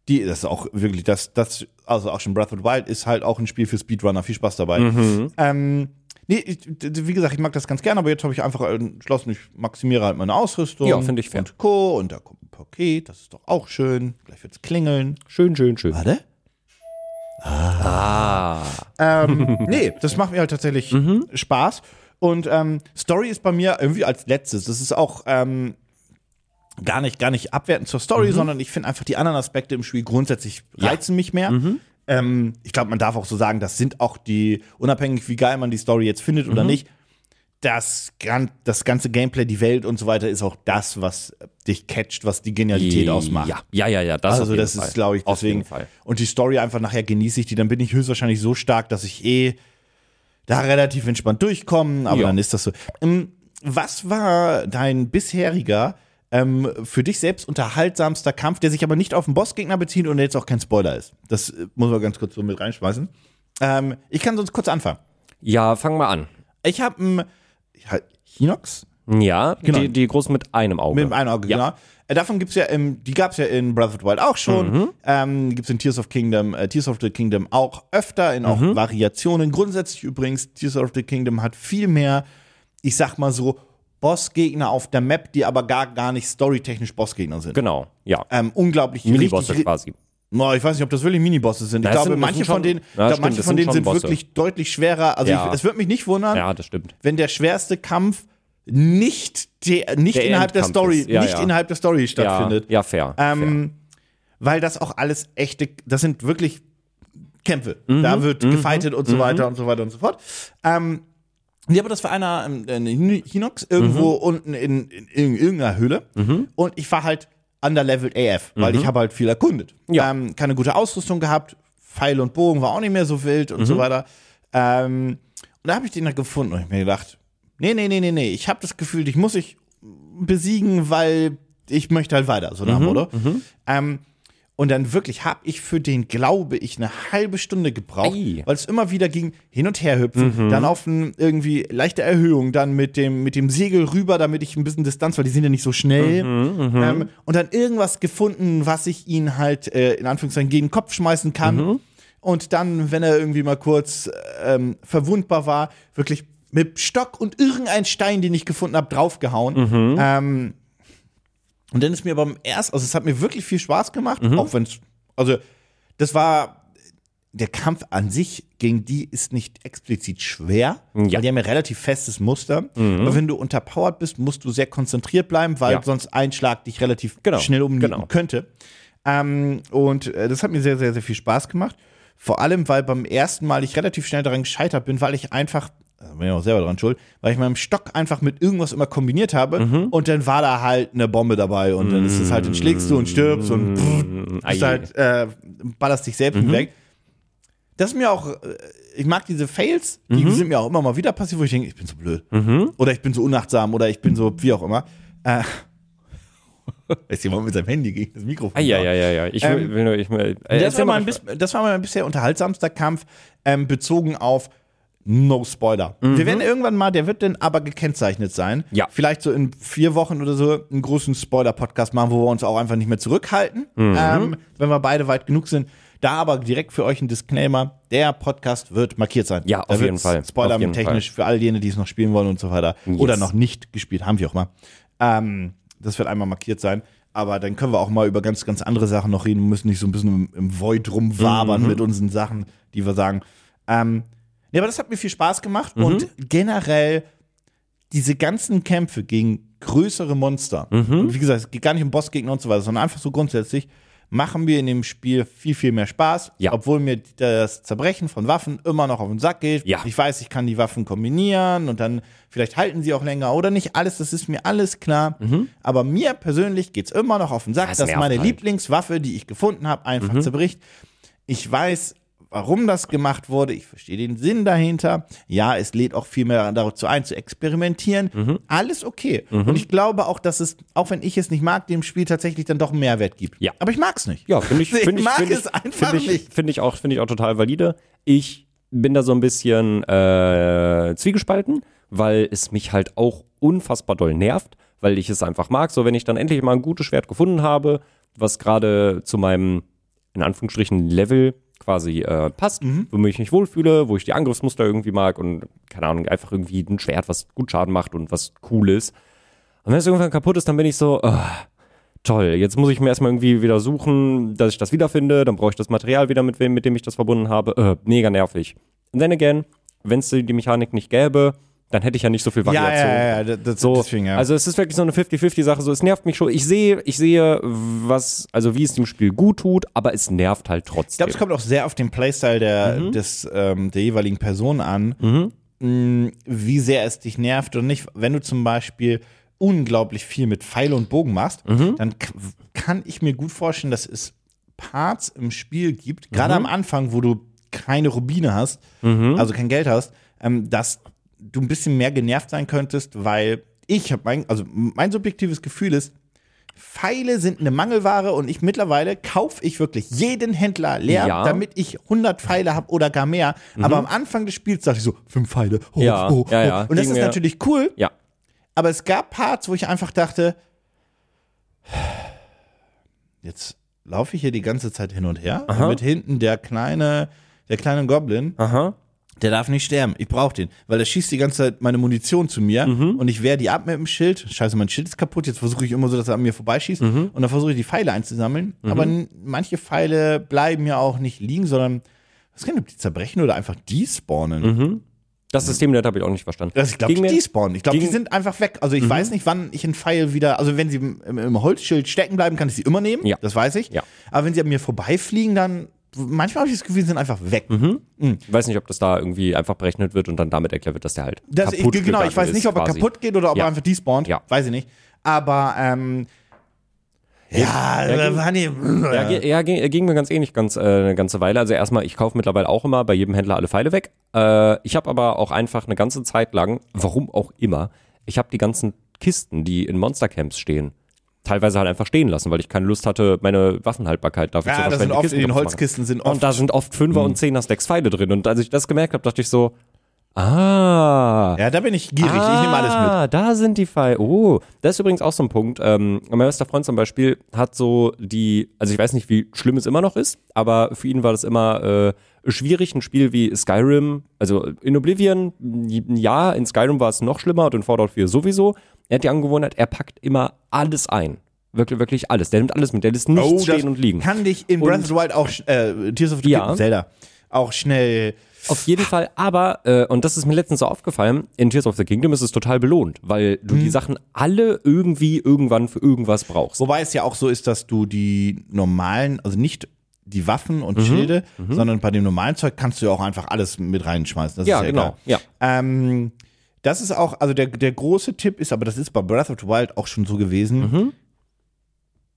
Speaker 1: die, das ist auch wirklich, das, das, also auch schon Breath of the Wild ist halt auch ein Spiel für Speedrunner. Viel Spaß dabei.
Speaker 2: Mhm.
Speaker 1: Ähm, nee, ich, d- wie gesagt, ich mag das ganz gerne, aber jetzt habe ich einfach äh, entschlossen, ich maximiere halt meine Ausrüstung.
Speaker 2: Ja, finde ich fair.
Speaker 1: Und Co. Und da kommt ein Paket, das ist doch auch schön. Gleich wird's klingeln.
Speaker 2: Schön, schön, schön.
Speaker 1: Warte. Ah. Ähm, nee, das macht mir halt tatsächlich Spaß. Und ähm, Story ist bei mir irgendwie als letztes. Das ist auch ähm, gar nicht, gar nicht abwertend zur Story, sondern ich finde einfach die anderen Aspekte im Spiel grundsätzlich reizen mich mehr. Ähm, ich glaube, man darf auch so sagen, das sind auch die, unabhängig wie geil man die Story jetzt findet oder nicht, das, gan das ganze Gameplay, die Welt und so weiter ist auch das, was äh, dich catcht, was die Genialität ausmacht.
Speaker 2: Ja, ja, ja, ja das
Speaker 1: Also
Speaker 2: auf jeden
Speaker 1: das
Speaker 2: Fall.
Speaker 1: ist, glaube ich,
Speaker 2: Auf
Speaker 1: deswegen.
Speaker 2: jeden Fall.
Speaker 1: Und die Story einfach nachher genieße ich die. Dann bin ich höchstwahrscheinlich so stark, dass ich eh da relativ entspannt durchkomme. Aber
Speaker 2: Ja.
Speaker 1: dann ist das so. Ähm, Was war dein bisheriger ähm, für dich selbst unterhaltsamster Kampf, der sich aber nicht auf den Bossgegner bezieht und der jetzt auch kein Spoiler ist? Das äh, muss man ganz kurz so mit reinschmeißen. Ähm, ich kann sonst kurz anfangen.
Speaker 2: Ja, fang mal an.
Speaker 1: Ich habe einen halt Hinox
Speaker 2: Ja,
Speaker 1: Genau.
Speaker 2: die, die groß mit einem Auge.
Speaker 1: mit dem einen Auge,
Speaker 2: Ja.
Speaker 1: genau. Äh, Davon gibt's ja, im, die gab's ja in Breath of the Wild auch schon.
Speaker 2: Mhm.
Speaker 1: Ähm, gibt's in Tears of Kingdom, äh, Tears of the Kingdom auch öfter, in auch
Speaker 2: Mhm.
Speaker 1: Variationen. Grundsätzlich übrigens, Tears of the Kingdom hat viel mehr, ich sag mal so, Bossgegner auf der Map, die aber gar, gar nicht storytechnisch Bossgegner sind.
Speaker 2: Genau, ja.
Speaker 1: Ähm, unglaublich
Speaker 2: Minibosse
Speaker 1: richtig-
Speaker 2: quasi.
Speaker 1: na, ich weiß nicht, ob das wirklich Minibosse sind. Ich
Speaker 2: Das
Speaker 1: glaube,
Speaker 2: sind- das
Speaker 1: manche
Speaker 2: sind
Speaker 1: von
Speaker 2: schon-
Speaker 1: denen, ich
Speaker 2: Ja,
Speaker 1: glaube,
Speaker 2: stimmt,
Speaker 1: manche
Speaker 2: das
Speaker 1: von
Speaker 2: sind
Speaker 1: denen
Speaker 2: schon
Speaker 1: sind
Speaker 2: Bosse.
Speaker 1: wirklich deutlich schwerer. Also
Speaker 2: Ja.
Speaker 1: ich, es würde mich nicht wundern,
Speaker 2: Ja, das stimmt.
Speaker 1: wenn der schwerste Kampf nicht, der, nicht
Speaker 2: Der
Speaker 1: innerhalb der
Speaker 2: Endkampf
Speaker 1: Story,
Speaker 2: ist. Ja,
Speaker 1: nicht
Speaker 2: ja.
Speaker 1: innerhalb der Story
Speaker 2: Ja,
Speaker 1: stattfindet.
Speaker 2: ja fair. fair.
Speaker 1: Ähm, weil das auch alles echte, das sind
Speaker 2: Mhm,
Speaker 1: wirklich Kämpfe. Da wird gefightet und so weiter und so weiter und so fort. Ähm, Nee, aber das war einer ähm, in Hin- Hinox, irgendwo
Speaker 2: Mhm.
Speaker 1: unten in, in, in irgendeiner Höhle. Und ich war halt underleveled AF, weil ich habe halt viel erkundet.
Speaker 2: Mhm. Ja.
Speaker 1: Ähm, keine gute Ausrüstung gehabt, Pfeil und Bogen war auch nicht mehr so wild
Speaker 2: Mhm.
Speaker 1: und so weiter. Ähm, und da habe ich den dann gefunden und ich mir gedacht, nee, nee, nee, nee, nee, ich habe das Gefühl, ich muss ich besiegen, weil ich möchte halt weiter, so nach dem Motto. Ähm, und dann wirklich habe ich für den, glaube ich, eine halbe Stunde gebraucht,
Speaker 2: Ei.
Speaker 1: weil es immer wieder ging, hin und her hüpfen, dann auf ein, irgendwie leichte Erhöhung, dann mit dem, mit dem Segel rüber, damit ich ein bisschen Distanz, weil die sind ja nicht so schnell. ähm, und dann irgendwas gefunden, was ich ihnen halt äh, in Anführungszeichen gegen den Kopf schmeißen kann. Und dann, wenn er irgendwie mal kurz ähm, verwundbar war, wirklich mit Stock und irgendein Stein, den ich gefunden habe, draufgehauen.
Speaker 2: Mhm.
Speaker 1: Ähm, und dann ist mir beim ersten, also es hat mir wirklich viel Spaß gemacht,
Speaker 2: Mhm.
Speaker 1: auch wenn es, also das war, der Kampf an sich gegen die ist nicht explizit schwer,
Speaker 2: Ja. Mhm.
Speaker 1: weil die haben ja relativ festes Muster. Aber wenn du unterpowered bist, musst du sehr konzentriert bleiben, weil
Speaker 2: Ja.
Speaker 1: sonst ein Schlag dich relativ
Speaker 2: Genau,
Speaker 1: schnell umnieten
Speaker 2: genau.
Speaker 1: könnte. Ähm, und äh, das hat mir sehr, sehr, sehr viel Spaß gemacht. Vor allem, weil beim ersten Mal ich relativ schnell daran gescheitert bin, weil ich einfach, also bin ich auch selber daran schuld, weil ich meinen Stock einfach mit irgendwas immer kombiniert habe und dann war da halt eine Bombe dabei und dann ist es halt, dann schlägst du und stirbst und pff, bist
Speaker 2: Ei.
Speaker 1: halt, äh, ballerst dich selbst weg. Das ist mir auch, äh, ich mag diese Fails, die sind mir auch immer mal wieder passiert, wo ich denke, ich bin so blöd. Oder ich bin so unachtsam oder ich bin so, wie auch immer. Äh, ist jemand mit seinem Handy gegen das Mikrofon?
Speaker 2: Ah, ja,
Speaker 1: gehauen.
Speaker 2: ja, ja, ja. Ich will,
Speaker 1: Ähm,
Speaker 2: will nur, ich will, äh,
Speaker 1: Das war,
Speaker 2: erzähl mal
Speaker 1: mein bis, das war mein bisher unterhaltsamster Kampf, ähm, bezogen auf No Spoiler. Wir werden irgendwann mal, der wird denn aber gekennzeichnet sein.
Speaker 2: Mhm. Ja.
Speaker 1: Vielleicht so in vier Wochen oder so einen großen Spoiler-Podcast machen, wo wir uns auch einfach nicht mehr zurückhalten,
Speaker 2: Mhm.
Speaker 1: ähm, wenn wir beide weit genug sind. Da aber direkt für euch ein Disclaimer: Der Podcast wird markiert sein.
Speaker 2: Ja,
Speaker 1: da
Speaker 2: auf jeden
Speaker 1: wird's
Speaker 2: Fall.
Speaker 1: Spoiler
Speaker 2: Auf jeden
Speaker 1: technisch für all jene, die es noch spielen wollen und so weiter. Oder noch nicht gespielt, haben wir auch mal. Ähm, das wird einmal markiert sein. Aber dann können wir auch mal über ganz, ganz andere Sachen noch reden. Wir müssen nicht so ein bisschen im, im Void rumwabern mit unseren Sachen, die wir sagen. Ähm, ja, aber das hat mir viel Spaß gemacht.
Speaker 2: Mhm.
Speaker 1: Und generell diese ganzen Kämpfe gegen größere Monster,
Speaker 2: Mhm.
Speaker 1: und wie gesagt, es geht gar nicht um Bossgegner und so weiter, sondern einfach so grundsätzlich, machen mir in dem Spiel viel, viel mehr Spaß.
Speaker 2: Ja.
Speaker 1: Obwohl mir das Zerbrechen von Waffen immer noch auf den Sack geht.
Speaker 2: Ja.
Speaker 1: Ich weiß, ich kann die Waffen kombinieren und dann vielleicht halten sie auch länger oder nicht. Alles, das ist mir alles klar. Aber mir persönlich geht's immer noch auf den Sack,
Speaker 2: Das
Speaker 1: dass
Speaker 2: Mhm. nervt
Speaker 1: meine
Speaker 2: halt. Mhm.
Speaker 1: Lieblingswaffe, die ich gefunden habe, einfach zerbricht. Ich weiß, warum das gemacht wurde. Ich verstehe den Sinn dahinter. Ja, es lädt auch viel mehr dazu ein, zu experimentieren. Alles okay. Und ich glaube auch, dass es, auch wenn ich es nicht mag, dem Spiel tatsächlich dann doch einen Mehrwert gibt.
Speaker 2: Ja.
Speaker 1: Aber ich mag es nicht.
Speaker 2: Ja, finde ich,
Speaker 1: Ich
Speaker 2: finde ich,
Speaker 1: mag
Speaker 2: finde ich,
Speaker 1: es einfach
Speaker 2: finde ich,
Speaker 1: nicht.
Speaker 2: Finde ich auch, finde ich auch total valide. Ich bin da so ein bisschen äh, zwiegespalten, weil es mich halt auch unfassbar doll nervt, weil ich es einfach mag. So, wenn ich dann endlich mal ein gutes Schwert gefunden habe, was gerade zu meinem in Anführungsstrichen Level quasi äh, passt,
Speaker 1: Mhm.
Speaker 2: womit ich mich wohlfühle, wo ich die Angriffsmuster irgendwie mag und keine Ahnung, einfach irgendwie ein Schwert, was gut Schaden macht und was cool ist. Und wenn es irgendwann kaputt ist, dann bin ich so, ah, toll, jetzt muss ich mir erstmal irgendwie wieder suchen, dass ich das wiederfinde, dann brauche ich das Material wieder, mit, wem, mit dem ich das verbunden habe. Äh, mega nervig. And then again, wenn es die die Mechanik nicht gäbe, dann hätte ich ja nicht so viel
Speaker 1: Ja,
Speaker 2: Variation.
Speaker 1: ja, ja, ja, das,
Speaker 2: So,
Speaker 1: deswegen, ja.
Speaker 2: Also es ist wirklich so eine 50-50-Sache. So, es nervt mich schon. Ich sehe, ich sehe, was, also wie es dem Spiel gut tut, aber es nervt halt
Speaker 1: Ich
Speaker 2: trotzdem.
Speaker 1: glaube, es kommt auch sehr auf den Playstyle der, des, ähm, der jeweiligen Person an, mh, wie sehr es dich nervt oder nicht. Wenn du zum Beispiel unglaublich viel mit Pfeil und Bogen machst, dann k- kann ich mir gut vorstellen, dass es Parts im Spiel gibt, gerade am Anfang, wo du keine Rubine hast, also kein Geld hast, ähm, dass du ein bisschen mehr genervt sein könntest, weil ich habe mein, also mein subjektives Gefühl ist, Pfeile sind eine Mangelware und ich mittlerweile kaufe ich wirklich jeden Händler leer,
Speaker 2: Ja. Mhm.
Speaker 1: damit ich 100 Pfeile habe oder gar mehr. Aber am Anfang des Spiels dachte ich so, fünf Pfeile. Oh,
Speaker 2: Ja,
Speaker 1: oh,
Speaker 2: ja, ja.
Speaker 1: oh. Und das
Speaker 2: Ging
Speaker 1: ist
Speaker 2: mir-
Speaker 1: natürlich cool,
Speaker 2: ja.
Speaker 1: aber es gab Parts, wo ich einfach dachte, jetzt laufe ich hier die ganze Zeit hin und her, damit hinten der kleine, der kleine Goblin,
Speaker 2: Aha.
Speaker 1: der darf nicht sterben. Ich brauche den, weil er schießt die ganze Zeit meine Munition zu mir und ich wehre die ab mit dem Schild. Scheiße, mein Schild ist kaputt. Jetzt versuche ich immer so, dass er an mir vorbeischießt und dann versuche ich die Pfeile einzusammeln. Aber n- manche Pfeile bleiben ja auch nicht liegen, sondern ich weiß gar nicht, ob die zerbrechen oder einfach despawnen.
Speaker 2: Das System, das habe ich auch nicht verstanden.
Speaker 1: Also ich glaube,
Speaker 2: Ging mir-
Speaker 1: die spawnen. Ich glaube, die
Speaker 2: ging-
Speaker 1: sind einfach weg. Also
Speaker 2: Mhm.
Speaker 1: ich weiß nicht, wann ich einen Pfeil wieder. Also wenn sie im, im Holzschild stecken bleiben, kann ich sie immer nehmen.
Speaker 2: Ja.
Speaker 1: Das weiß ich.
Speaker 2: Ja.
Speaker 1: Aber wenn sie an mir vorbeifliegen, dann manchmal habe ich das Gefühl, sie sind einfach weg.
Speaker 2: Mhm. Ich weiß nicht, ob das da irgendwie einfach berechnet wird und dann damit erklärt wird, dass der halt
Speaker 1: Das, ich,
Speaker 2: kaputt
Speaker 1: genau, ich
Speaker 2: gegangen
Speaker 1: weiß nicht,
Speaker 2: ist,
Speaker 1: ob er
Speaker 2: quasi.
Speaker 1: kaputt geht oder ob
Speaker 2: Ja.
Speaker 1: er einfach despawnt.
Speaker 2: Ja.
Speaker 1: Weiß ich nicht. Aber, ähm, ja, äh,
Speaker 2: Ja,
Speaker 1: da
Speaker 2: ging-
Speaker 1: waren die,
Speaker 2: Ja,
Speaker 1: Äh.
Speaker 2: ge- ja ging, ging mir ganz ähnlich ganz, äh, eine ganze Weile. Also erstmal, ich kaufe mittlerweile auch immer bei jedem Händler alle Pfeile weg. Äh, ich habe aber auch einfach eine ganze Zeit lang, warum auch immer, ich habe die ganzen Kisten, die in Monstercamps stehen, teilweise halt einfach stehen lassen, weil ich keine Lust hatte, meine Waffenhaltbarkeit dafür zu
Speaker 1: ja das sind
Speaker 2: verschwenden.
Speaker 1: oft,
Speaker 2: Kisten
Speaker 1: in den
Speaker 2: kaputt zu machen.
Speaker 1: Holzkisten sind
Speaker 2: Und
Speaker 1: oft. Hm.
Speaker 2: da sind oft Fünfer und Zehner Stacks Pfeile drin. Und als ich das gemerkt habe, dachte ich so, ah,
Speaker 1: Ja, da bin ich gierig.
Speaker 2: ah,
Speaker 1: Ich nehme alles mit.
Speaker 2: da sind die Pfeile. Oh, das ist übrigens auch so ein Punkt. Ähm, mein bester Freund zum Beispiel hat so die, also ich weiß nicht, wie schlimm es immer noch ist, aber für ihn war das immer äh, schwierig, ein Spiel wie Skyrim, also in Oblivion, ja, in Skyrim war es noch schlimmer und in Fallout 4 sowieso. Er hat die Angewohnheit, er packt immer alles ein. Wirklich, wirklich alles. Der nimmt alles mit. Der lässt
Speaker 1: Oh,
Speaker 2: nichts stehen und liegen.
Speaker 1: kann dich in Breath of the Wild auch, sch- äh, Tears of the
Speaker 2: Ja.
Speaker 1: Kingdom, Zelda, auch schnell,
Speaker 2: Auf jeden Fall, aber, äh, und das ist mir letztens so aufgefallen, in Tears of the Kingdom ist es total belohnt, weil du
Speaker 1: Hm.
Speaker 2: die Sachen alle irgendwie irgendwann für irgendwas brauchst.
Speaker 1: Wobei es ja auch so ist, dass du die normalen, also nicht die Waffen
Speaker 2: Mhm.
Speaker 1: und Schilde, sondern bei dem normalen Zeug kannst du ja auch einfach alles mit reinschmeißen. Das
Speaker 2: Ja,
Speaker 1: ist ja
Speaker 2: genau.
Speaker 1: Egal.
Speaker 2: Ja.
Speaker 1: Ähm, das ist auch, also der, der große Tipp ist, aber das ist bei Breath of the Wild auch schon so gewesen.
Speaker 2: Mhm.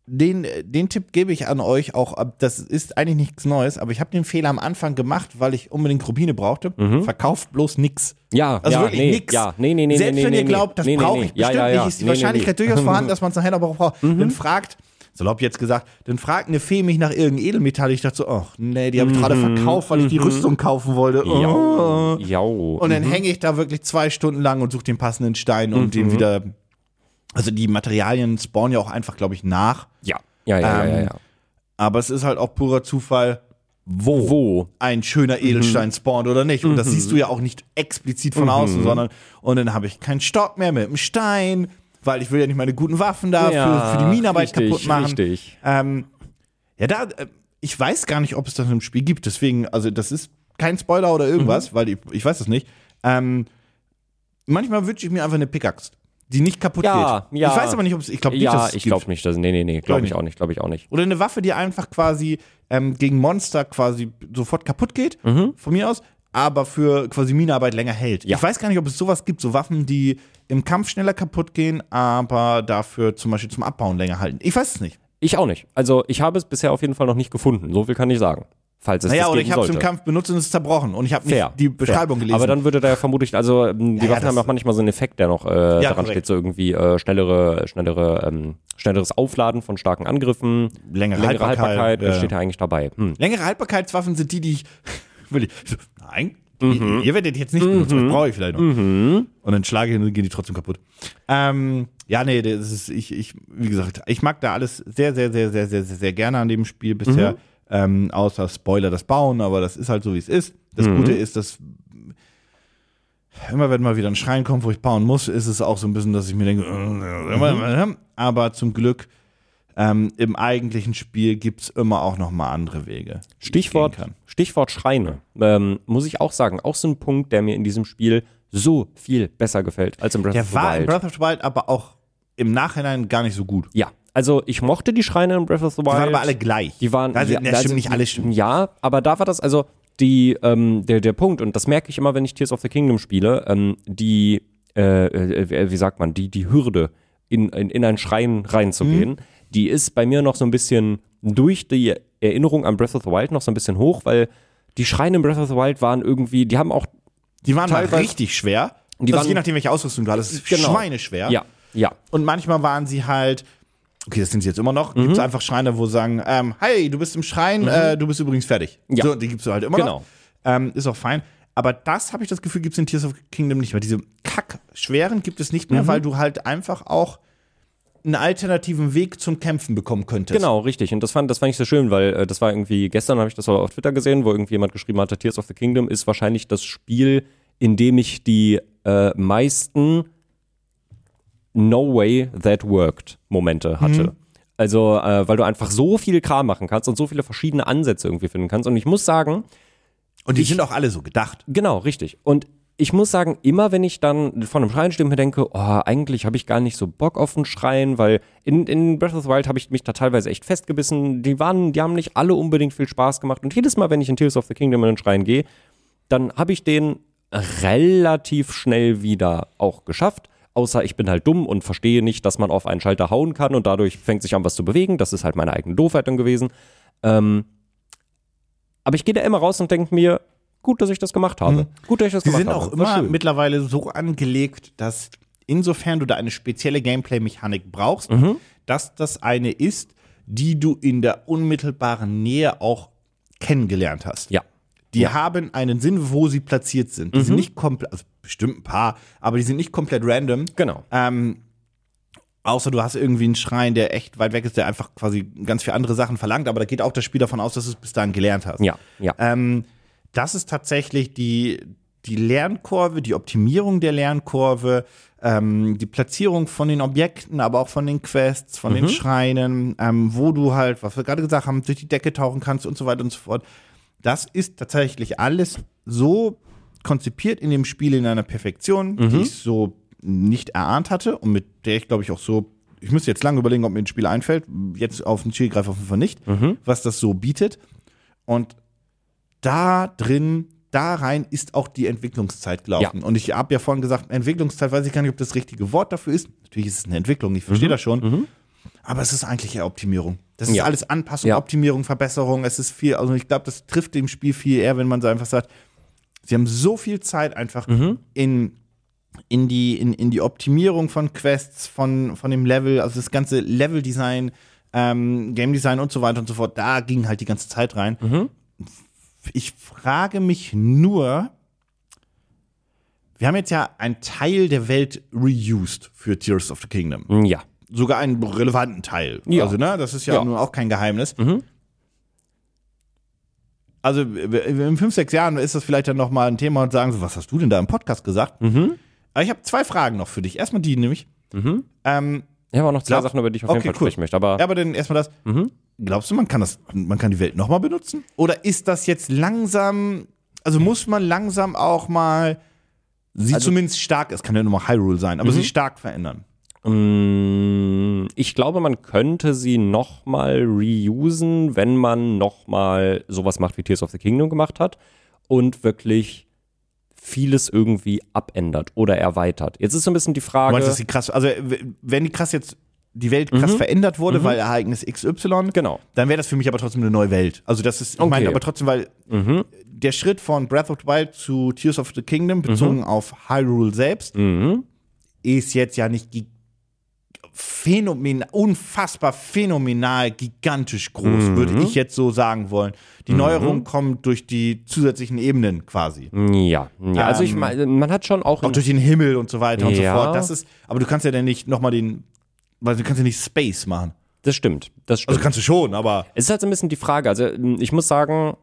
Speaker 1: Den, den Tipp gebe ich an euch auch, ab- das ist eigentlich nichts Neues, aber ich habe den Fehler am Anfang gemacht, weil ich unbedingt Rubine brauchte.
Speaker 2: Mhm.
Speaker 1: Verkauft bloß nix.
Speaker 2: Ja,
Speaker 1: Also
Speaker 2: ja,
Speaker 1: wirklich
Speaker 2: nee,
Speaker 1: nix.
Speaker 2: ja, nee, nee, nee,
Speaker 1: Selbst
Speaker 2: nee, nee,
Speaker 1: wenn
Speaker 2: nee,
Speaker 1: ihr glaubt, das
Speaker 2: nee, nee,
Speaker 1: brauche
Speaker 2: nee.
Speaker 1: ich
Speaker 2: Ja,
Speaker 1: bestimmt
Speaker 2: ja, ja.
Speaker 1: nicht, ist die
Speaker 2: Nee, nee,
Speaker 1: Wahrscheinlichkeit
Speaker 2: nee. Mhm.
Speaker 1: durchaus vorhanden, dass man es nachher noch braucht. Dann fragt, salopp jetzt gesagt, dann fragt eine Fee mich nach irgendeinem Edelmetall. Ich dachte so, ach nee, die habe ich gerade
Speaker 2: Mhm.
Speaker 1: verkauft, weil ich die Rüstung kaufen wollte. Oh.
Speaker 2: Jau, jau.
Speaker 1: Und dann hänge ich da wirklich zwei Stunden lang und suche den passenden Stein, um
Speaker 2: Mhm.
Speaker 1: den wieder. Also die Materialien spawnen ja auch einfach, glaube ich, nach.
Speaker 2: ja, ja, ja, ja, ja,
Speaker 1: Ähm,
Speaker 2: ja.
Speaker 1: Aber es ist halt auch purer Zufall, wo,
Speaker 2: Wo? Mhm.
Speaker 1: ein schöner Edelstein spawnt oder nicht. Und das siehst du ja auch nicht explizit von außen, sondern und dann habe ich keinen Stock mehr mit dem Stein, weil ich will ja nicht meine guten Waffen da
Speaker 2: ja,
Speaker 1: für, für die Minenarbeit
Speaker 2: richtig,
Speaker 1: kaputt machen.
Speaker 2: Richtig.
Speaker 1: Ähm, ja, da, äh, ich weiß gar nicht, ob es das im Spiel gibt. Deswegen, also das ist kein Spoiler oder irgendwas,
Speaker 2: Mhm.
Speaker 1: weil ich, ich weiß es nicht. Ähm, manchmal wünsche ich mir einfach eine Pickaxe, die nicht kaputt
Speaker 2: Ja,
Speaker 1: geht.
Speaker 2: ja.
Speaker 1: Ich weiß aber nicht, ob es, ich glaube nicht, dass
Speaker 2: Ja,
Speaker 1: es
Speaker 2: ich
Speaker 1: gibt.
Speaker 2: glaube nicht, dass, nee, nee, nee,
Speaker 1: Glaub
Speaker 2: glaube ich
Speaker 1: nicht.
Speaker 2: auch nicht, glaube ich auch nicht.
Speaker 1: Oder eine Waffe, die einfach quasi ähm, gegen Monster quasi sofort kaputt geht, von mir aus, aber für quasi Minenarbeit länger hält.
Speaker 2: Mhm. Ja.
Speaker 1: Ich weiß gar nicht, ob es sowas gibt, so Waffen, die im Kampf schneller kaputt gehen, aber dafür zum Beispiel zum Abbauen länger halten. Ich weiß es nicht.
Speaker 2: Ich auch nicht. Also, ich habe es bisher auf jeden Fall noch nicht gefunden. So viel kann ich sagen. Falls es
Speaker 1: Naja,
Speaker 2: das
Speaker 1: oder
Speaker 2: geben
Speaker 1: ich habe es
Speaker 2: sollte.
Speaker 1: im Kampf benutzt und es ist zerbrochen und ich habe nicht
Speaker 2: Fair.
Speaker 1: die Beschreibung
Speaker 2: fair.
Speaker 1: gelesen.
Speaker 2: Aber dann würde da ja vermutlich, also ähm, die
Speaker 1: Ja, ja,
Speaker 2: Waffen haben
Speaker 1: das-
Speaker 2: auch manchmal so einen Effekt, der noch äh, daran
Speaker 1: korrekt.
Speaker 2: steht, so irgendwie äh, schnellere, schnellere, ähm, schnelleres Aufladen von starken Angriffen,
Speaker 1: Längere Haltbarkeit, ja, ja.
Speaker 2: das äh, steht ja eigentlich dabei. Hm.
Speaker 1: längere Haltbarkeitswaffen sind die, die ich. will ich so, nein,
Speaker 2: Mhm.
Speaker 1: ihr, ihr werdet jetzt nicht benutzen, das brauche ich vielleicht noch. Und dann schlage ich und dann gehen die trotzdem kaputt. Ähm, ja, nee, das ist, ich, ich, wie gesagt, ich mag da alles sehr, sehr, sehr, sehr, sehr, sehr, sehr gerne an dem Spiel bisher. Ähm, außer Spoiler das Bauen, aber das ist halt so, wie es ist. Das Gute ist, dass immer wenn mal wieder ein Schrein kommt, wo ich bauen muss, ist es auch so ein bisschen, dass ich mir denke, äh, aber zum Glück ähm, im eigentlichen Spiel gibt's immer auch noch mal andere Wege. die ich
Speaker 2: Stichwort,
Speaker 1: gehen kann.
Speaker 2: Stichwort Schreine. Ähm, muss ich auch sagen, auch so ein Punkt, der mir in diesem Spiel so viel besser gefällt als im Breath of
Speaker 1: Der
Speaker 2: the
Speaker 1: war in
Speaker 2: Wild.
Speaker 1: Breath of the Wild aber auch im Nachhinein gar nicht so gut.
Speaker 2: Ja, also ich mochte die Schreine in Breath of the Wild.
Speaker 1: Die waren aber alle gleich.
Speaker 2: Die waren
Speaker 1: also,
Speaker 2: ja,
Speaker 1: ne,
Speaker 2: also,
Speaker 1: stimmt nicht alle stimmen.
Speaker 2: Ja, aber da war das also die ähm, der der Punkt und das merke ich immer, wenn ich Tears of the Kingdom spiele, ähm, die äh, äh, wie sagt man die die Hürde in in, in einen Schrein reinzugehen,
Speaker 1: Mhm.
Speaker 2: die ist bei mir noch so ein bisschen durch die Erinnerung an Breath of the Wild noch so ein bisschen hoch, weil die Schreine in Breath of the Wild waren irgendwie, die haben auch
Speaker 1: Die waren mal
Speaker 2: teilweise-
Speaker 1: richtig schwer.
Speaker 2: Und die
Speaker 1: also
Speaker 2: waren-
Speaker 1: je nachdem, welche Ausrüstung du hattest,
Speaker 2: Genau.
Speaker 1: schweineschwer.
Speaker 2: ja ja
Speaker 1: Und manchmal waren sie halt, okay, das sind sie jetzt immer noch, gibt's
Speaker 2: Mhm.
Speaker 1: einfach Schreine, wo sagen, ähm, hey, du bist im Schrein, äh, du bist übrigens fertig.
Speaker 2: Ja.
Speaker 1: So, die gibt's halt immer
Speaker 2: Genau.
Speaker 1: noch. Ähm, ist auch fein. Aber das, habe ich das Gefühl, gibt's in Tears of the Kingdom nicht mehr. Diese Kack-Schweren gibt es nicht mehr,
Speaker 2: Mhm.
Speaker 1: weil du halt einfach auch einen alternativen Weg zum Kämpfen bekommen könntest.
Speaker 2: Genau, richtig. Und das fand, das fand ich so schön, weil äh, das war irgendwie, gestern habe ich das auf Twitter gesehen, wo irgendjemand geschrieben hatte, Tears of the Kingdom ist wahrscheinlich das Spiel, in dem ich die äh, meisten No Way That Worked Momente hatte. Also, äh, weil du einfach so viel Kram machen kannst und so viele verschiedene Ansätze irgendwie finden kannst. Und ich muss sagen,
Speaker 1: Und die sind auch alle so gedacht.
Speaker 2: Genau, richtig. Und ich muss sagen, immer wenn ich dann von einem Schrein stehe und mir denke, oh, eigentlich habe ich gar nicht so Bock auf einen Schrein, weil in, in Breath of the Wild habe ich mich da teilweise echt festgebissen. Die waren, die haben nicht alle unbedingt viel Spaß gemacht. Und jedes Mal, wenn ich in Tears of the Kingdom in den Schrein gehe, dann habe ich den relativ schnell wieder auch geschafft. Außer ich bin halt dumm und verstehe nicht, dass man auf einen Schalter hauen kann und dadurch fängt sich an, was zu bewegen. Das ist halt meine eigene Doofheit dann gewesen. Ähm, aber ich gehe da immer raus und denke mir, gut, dass ich das gemacht habe. Gut, dass ich das
Speaker 1: Die
Speaker 2: gemacht
Speaker 1: Mhm. sind
Speaker 2: habe.
Speaker 1: auch
Speaker 2: War
Speaker 1: immer
Speaker 2: schön.
Speaker 1: mittlerweile so angelegt, dass insofern du da eine spezielle Gameplay-Mechanik brauchst,
Speaker 2: Mhm.
Speaker 1: dass das eine ist, die du in der unmittelbaren Nähe auch kennengelernt hast.
Speaker 2: Ja. Mhm.
Speaker 1: Die haben einen Sinn, wo sie platziert sind. Die sind nicht komplett, also bestimmt ein paar, aber die sind nicht komplett random.
Speaker 2: Genau.
Speaker 1: Ähm, außer du hast irgendwie einen Schrein, der echt weit weg ist, der einfach quasi ganz viele andere Sachen verlangt, aber da geht auch das Spiel davon aus, dass du es bis dahin gelernt hast.
Speaker 2: Ja, ja.
Speaker 1: Ähm, das ist tatsächlich die, die Lernkurve, die Optimierung der Lernkurve, ähm, die Platzierung von den Objekten, aber auch von den Quests, von den Schreinen, ähm, wo du halt, was wir gerade gesagt haben, durch die Decke tauchen kannst und so weiter und so fort. Das ist tatsächlich alles so konzipiert in dem Spiel in einer Perfektion, die ich so nicht erahnt hatte und mit der ich, glaube ich, auch so. Ich müsste jetzt lange überlegen, ob mir ein Spiel einfällt. Jetzt auf den Spielgreif auf jeden Fall nicht, was das so bietet. Und da drin, da rein ist auch die Entwicklungszeit gelaufen. Und ich habe ja vorhin gesagt, Entwicklungszeit weiß ich gar nicht, ob das richtige Wort dafür ist. Natürlich ist es eine Entwicklung, ich verstehe das schon. Aber es ist eigentlich eher Optimierung. Das ist
Speaker 2: Mhm. Ja.
Speaker 1: alles Anpassung,
Speaker 2: Ja.
Speaker 1: Optimierung, Verbesserung. Es ist viel, also ich glaube, das trifft dem Spiel viel eher, wenn man so einfach sagt, sie haben so viel Zeit einfach
Speaker 2: Mhm.
Speaker 1: in in die, in, in die Optimierung von Quests, von, von dem Level, also das ganze Level-Design, ähm, Game-Design und so weiter und so fort, da ging halt die ganze Zeit rein. Ich frage mich nur, wir haben jetzt ja einen Teil der Welt reused für Tears of the Kingdom.
Speaker 2: Ja.
Speaker 1: Sogar einen relevanten Teil.
Speaker 2: Mhm. Ja.
Speaker 1: Also, ne, das ist ja,
Speaker 2: Ja.
Speaker 1: nun auch kein Geheimnis. Also in fünf, sechs Jahren ist das vielleicht dann nochmal ein Thema und sagen so, was hast du denn da im Podcast gesagt? Aber ich habe zwei Fragen noch für dich. Erstmal die nämlich. Ähm,
Speaker 2: Ich habe auch noch zwei
Speaker 1: Glaub-
Speaker 2: Sachen, über die ich auf
Speaker 1: Okay,
Speaker 2: jeden Fall
Speaker 1: cool.
Speaker 2: sprechen möchte. Aber
Speaker 1: ja, aber dann erstmal das. Glaubst du, man kann das, man kann die Welt nochmal benutzen? Oder ist das jetzt langsam, also muss man langsam auch mal sie zumindest stark, es kann ja nur mal Hyrule sein, aber sie stark verändern?
Speaker 2: Mm, Ich glaube, man könnte sie nochmal reusen, wenn man nochmal sowas macht, wie Tears of the Kingdom gemacht hat und wirklich vieles irgendwie abändert oder erweitert. Jetzt ist so ein bisschen die
Speaker 1: Du
Speaker 2: Frage.
Speaker 1: meinst, dass sie krass, also w- wenn die krass jetzt, die Welt krass verändert wurde, weil Ereignis XY,
Speaker 2: genau.
Speaker 1: dann wäre das für mich aber trotzdem eine neue Welt. Also das ist, ich meine, aber trotzdem, weil
Speaker 2: Mhm.
Speaker 1: der Schritt von Breath of the Wild zu Tears of the Kingdom bezogen
Speaker 2: Mhm.
Speaker 1: auf Hyrule selbst ist jetzt ja nicht gi- phänomen unfassbar phänomenal gigantisch groß,
Speaker 2: Mhm.
Speaker 1: würde ich jetzt so sagen wollen. Die Neuerungen kommen durch die zusätzlichen Ebenen quasi.
Speaker 2: Ja. ja also ich
Speaker 1: Ähm,
Speaker 2: meine, man hat schon auch.
Speaker 1: Auch durch den Himmel und so weiter und so
Speaker 2: Ja.
Speaker 1: fort. Das ist, aber du kannst ja dann nicht nochmal den, weil du kannst ja nicht Space machen.
Speaker 2: das stimmt. Das stimmt.
Speaker 1: Also kannst du schon, aber
Speaker 2: es ist halt so ein bisschen die Frage. Also mm, ich muss sagen,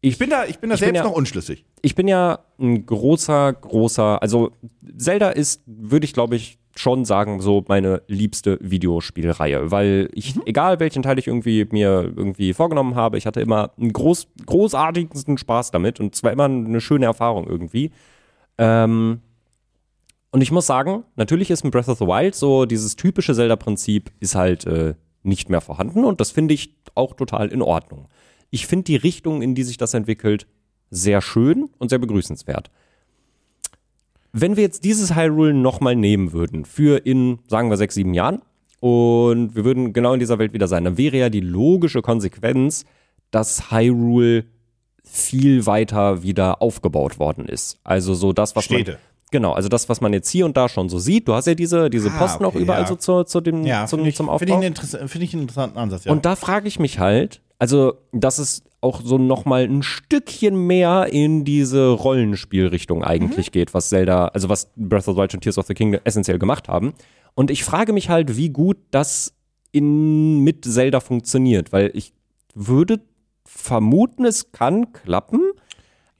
Speaker 1: ich bin da, ich bin da
Speaker 2: Ich bin
Speaker 1: selbst
Speaker 2: ja-
Speaker 1: noch unschlüssig.
Speaker 2: ich bin ja ein großer, großer, also Zelda ist, würde ich glaube ich schon sagen, so meine liebste Videospielreihe, weil ich, egal welchen Teil ich irgendwie mir irgendwie vorgenommen habe, ich hatte immer einen groß, großartigsten Spaß damit und zwar immer eine schöne Erfahrung irgendwie. Ähm, und ich muss sagen, natürlich ist in Breath of the Wild so dieses typische Zelda-Prinzip ist halt äh, nicht mehr vorhanden und das finde ich auch total in Ordnung. Ich finde die Richtung, in die sich das entwickelt, sehr schön und sehr begrüßenswert. Wenn wir jetzt dieses Hyrule nochmal nehmen würden, für in, sagen wir, sechs, sieben Jahren, und wir würden genau in dieser Welt wieder sein, dann wäre ja die logische Konsequenz, dass Hyrule viel weiter wieder aufgebaut worden ist. Also so das, was man.
Speaker 1: Städte.
Speaker 2: Genau, also das, was man jetzt hier und da schon so sieht. Du hast ja diese, diese
Speaker 1: Ah,
Speaker 2: Posten auch
Speaker 1: okay,
Speaker 2: überall
Speaker 1: ja.
Speaker 2: so zu, zu dem,
Speaker 1: Ja,
Speaker 2: zum,
Speaker 1: finde ich,
Speaker 2: zum
Speaker 1: find
Speaker 2: Aufbau.
Speaker 1: ich, einen interess- find ich einen interessanten Ansatz, ja.
Speaker 2: Und da frage ich mich halt, also das ist auch so nochmal ein Stückchen mehr in diese Rollenspielrichtung
Speaker 1: Mhm.
Speaker 2: eigentlich geht, was Zelda, also was Breath of the Wild und Tears of the Kingdom essentiell gemacht haben. Und ich frage mich halt, wie gut das in, mit Zelda funktioniert, weil ich würde vermuten, es kann klappen.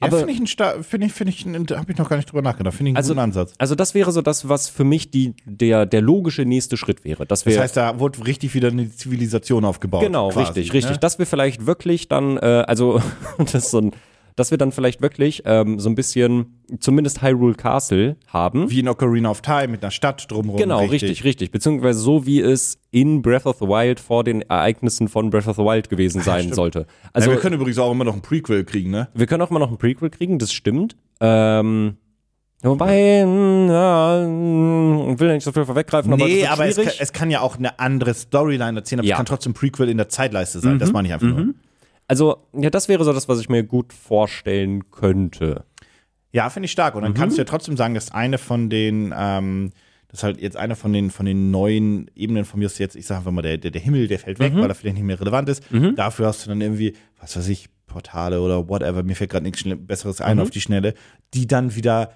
Speaker 1: ja,
Speaker 2: aber-
Speaker 1: finde ich, einen sta- finde ich, finde ich, einen- da habe ich noch gar nicht drüber nachgedacht. Finde ich einen
Speaker 2: Also-
Speaker 1: guten Ansatz.
Speaker 2: Also das wäre so das, was für mich die, der, der logische nächste Schritt wäre. Dass wir
Speaker 1: Das heißt, da wurde richtig wieder eine Zivilisation aufgebaut.
Speaker 2: Genau,
Speaker 1: quasi,
Speaker 2: richtig,
Speaker 1: ne?
Speaker 2: richtig. Dass wir vielleicht wirklich dann, äh, also das ist so ein, dass wir dann vielleicht wirklich ähm, so ein bisschen zumindest Hyrule Castle haben.
Speaker 1: Wie in Ocarina of Time mit einer Stadt drumherum.
Speaker 2: Genau, richtig. richtig, Beziehungsweise so, wie es in Breath of the Wild vor den Ereignissen von Breath of the Wild gewesen sein sollte. Also
Speaker 1: Also ja, wir können übrigens auch immer noch ein Prequel kriegen, ne?
Speaker 2: auch mal noch ein Prequel kriegen, das stimmt. Ähm, wobei, mm, ja, mm, will ja nicht so viel vorweggreifen, aber das
Speaker 1: Nee,
Speaker 2: wird
Speaker 1: aber es kann,
Speaker 2: schwierig.
Speaker 1: es kann ja auch eine andere Storyline erzählen, aber
Speaker 2: Ja. Mhm,
Speaker 1: es kann trotzdem Prequel in der Zeitleiste sein. Das meine ich einfach nur.
Speaker 2: also, ja, das wäre so das, was ich mir gut vorstellen könnte.
Speaker 1: Ja, finde ich stark. Und dann kannst du
Speaker 2: Mhm.
Speaker 1: ja trotzdem sagen, dass eine von den, ähm, das ist halt jetzt eine von den, von den neuen Ebenen von mir ist jetzt, ich sage einfach mal, der, der, der Himmel, der fällt weg,
Speaker 2: Mhm.
Speaker 1: weil er vielleicht nicht mehr relevant ist. Dafür hast du dann irgendwie, was weiß ich, Portale oder whatever, mir fällt gerade nichts Schnell- Besseres
Speaker 2: Mhm.
Speaker 1: ein auf die Schnelle, die dann wieder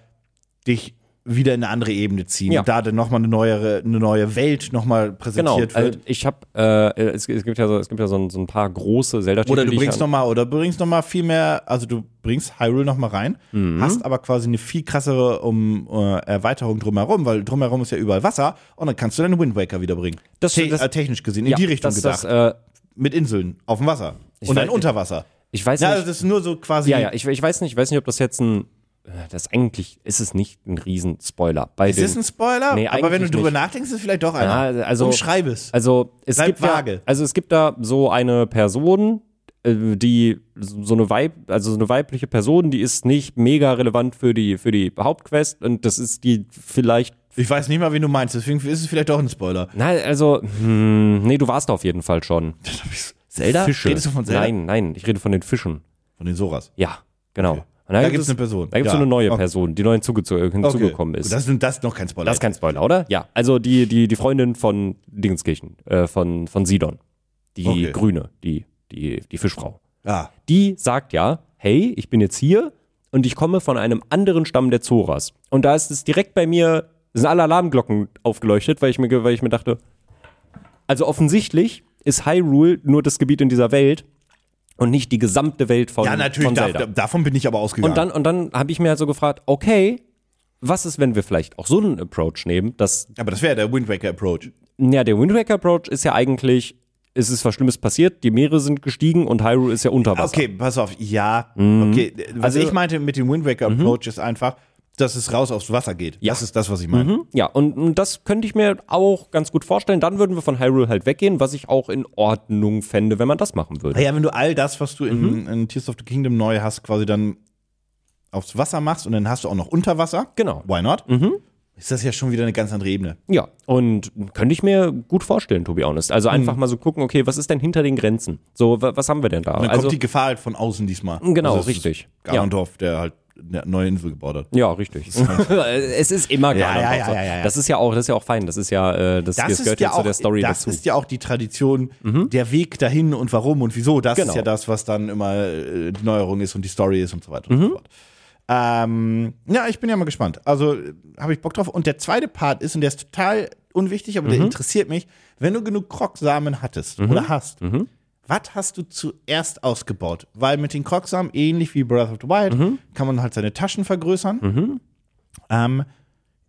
Speaker 1: dich wieder in eine andere Ebene ziehen
Speaker 2: Ja.
Speaker 1: und da dann nochmal eine neuere, eine neue Welt nochmal
Speaker 2: Genau,
Speaker 1: präsentiert wird.
Speaker 2: also ich habe, äh, es, es gibt ja so, es gibt ja so, ein- so ein paar große Zelda-Titel.
Speaker 1: Oder du
Speaker 2: die ich
Speaker 1: bringst
Speaker 2: an-
Speaker 1: noch mal, oder du bringst noch mal viel mehr, also du bringst Hyrule noch mal rein,
Speaker 2: Mhm.
Speaker 1: hast aber quasi eine viel krassere um, äh, Erweiterung drumherum, weil drumherum ist ja überall Wasser und dann kannst du deinen Wind Waker wieder bringen.
Speaker 2: Das-
Speaker 1: Te
Speaker 2: das-
Speaker 1: äh, technisch gesehen, in
Speaker 2: ja,
Speaker 1: die Richtung
Speaker 2: das,
Speaker 1: gedacht.
Speaker 2: Das, äh,
Speaker 1: mit Inseln auf dem Wasser und
Speaker 2: weiß-
Speaker 1: dann Unterwasser.
Speaker 2: ich weiß
Speaker 1: Ja,
Speaker 2: nicht.
Speaker 1: also das ist nur so quasi.
Speaker 2: Ja, ja, ich, ich weiß nicht, ich weiß nicht, ob das jetzt ein äh, das eigentlich ist es nicht ein riesen Spoiler bei
Speaker 1: Ist das
Speaker 2: den
Speaker 1: ein Spoiler?
Speaker 2: Nee,
Speaker 1: aber wenn du
Speaker 2: eigentlich
Speaker 1: drüber
Speaker 2: nicht.
Speaker 1: nachdenkst, ist es vielleicht doch einer.
Speaker 2: Ja, also-
Speaker 1: Umschreib es.
Speaker 2: also es
Speaker 1: Bleib
Speaker 2: gibt
Speaker 1: vage.
Speaker 2: Ja, also es gibt da so eine Person äh, die so eine Weib, also so eine weibliche Person, die ist nicht mega relevant für die für die Hauptquest und das ist die vielleicht
Speaker 1: Ich weiß nicht mal, wen du meinst, deswegen ist es vielleicht doch ein Spoiler.
Speaker 2: Nein, also hm, nee, du warst da auf jeden Fall schon.
Speaker 1: Zelda?
Speaker 2: Fische.
Speaker 1: Redest du von Zelda?
Speaker 2: Nein, nein, ich rede von den Fischen.
Speaker 1: Von den Soras.
Speaker 2: Ja, genau. Und
Speaker 1: Da gibt's eine Person.
Speaker 2: Da gibt es
Speaker 1: Ja.
Speaker 2: eine neue
Speaker 1: Okay.
Speaker 2: Person, die neu hinzugezo- hinzugekommen ist.
Speaker 1: Das, das ist noch kein Spoiler.
Speaker 2: Das ist kein Spoiler, oder? Ja, also die, die, die Freundin von Dingenskirchen, äh, von, von Sidon. Die
Speaker 1: Okay.
Speaker 2: Grüne, die, die, die Fischfrau.
Speaker 1: ja.
Speaker 2: Die sagt ja, hey, ich bin jetzt hier und ich komme von einem anderen Stamm der Zoras. Und da ist es direkt bei mir, sind alle Alarmglocken aufgeleuchtet, weil ich mir, ge- weil ich mir dachte, also offensichtlich ist Hyrule nur das Gebiet in dieser Welt und nicht die gesamte Welt von,
Speaker 1: ja, natürlich,
Speaker 2: von
Speaker 1: da,
Speaker 2: Zelda.
Speaker 1: da, davon bin ich aber ausgegangen.
Speaker 2: Und dann, und dann habe ich mir halt so gefragt, okay, was ist, wenn wir vielleicht auch so einen Approach nehmen, dass
Speaker 1: aber das wäre der Wind Waker Approach.
Speaker 2: ja, der Wind Waker Approach ist ja eigentlich, es ist was Schlimmes passiert, die Meere sind gestiegen und Hyrule ist ja unter Wasser.
Speaker 1: Okay, pass auf, ja. Okay, was
Speaker 2: Also-
Speaker 1: ich meinte mit dem Wind Waker Approach ist einfach, dass es raus aufs Wasser geht. Das ist das, was ich meine.
Speaker 2: Ja, und, und das könnte ich mir auch ganz gut vorstellen. Dann würden wir von Hyrule halt weggehen, was ich auch in Ordnung fände, wenn man das machen würde.
Speaker 1: Naja, wenn du all das, was du in, in Tears of the Kingdom neu hast, quasi dann aufs Wasser machst und dann hast du auch noch Unterwasser.
Speaker 2: Genau.
Speaker 1: Why not? Ist das ja schon wieder eine ganz andere Ebene.
Speaker 2: Ja, und könnte ich mir gut vorstellen, to be honest.
Speaker 1: Mhm.
Speaker 2: Also einfach mal so gucken, okay, was ist denn hinter den Grenzen? So, wa- was haben wir denn da?
Speaker 1: Und dann
Speaker 2: also,
Speaker 1: kommt die Gefahr halt von außen diesmal.
Speaker 2: Genau,
Speaker 1: das ist
Speaker 2: richtig.
Speaker 1: Ganondorf, der halt eine neue Insel gebaut hat.
Speaker 2: ja, richtig. es ist immer
Speaker 1: Ja,
Speaker 2: Garland
Speaker 1: ja,
Speaker 2: House.
Speaker 1: ja, ja, ja.
Speaker 2: Das ist ja auch, das ist ja auch fein. Das ist ja, äh, das, das gehört ja zu der Story
Speaker 1: das
Speaker 2: dazu. Mhm.
Speaker 1: ist ja auch die Tradition, der Weg dahin und warum und wieso. Das
Speaker 2: Genau.
Speaker 1: ist ja das, was dann immer äh, die Neuerung ist und die Story ist und so weiter
Speaker 2: Mhm.
Speaker 1: und so fort. Ähm, ja, ich bin ja mal gespannt. Also äh, habe ich Bock drauf. Und der zweite Part ist, und der ist total unwichtig, aber
Speaker 2: Mhm.
Speaker 1: der interessiert mich, wenn du genug Krogsamen hattest oder hast,
Speaker 2: Mhm.
Speaker 1: was hast du zuerst ausgebaut? Weil mit den Krogsamen, ähnlich wie Breath of the Wild,
Speaker 2: Mhm.
Speaker 1: kann man halt seine Taschen vergrößern. Ähm,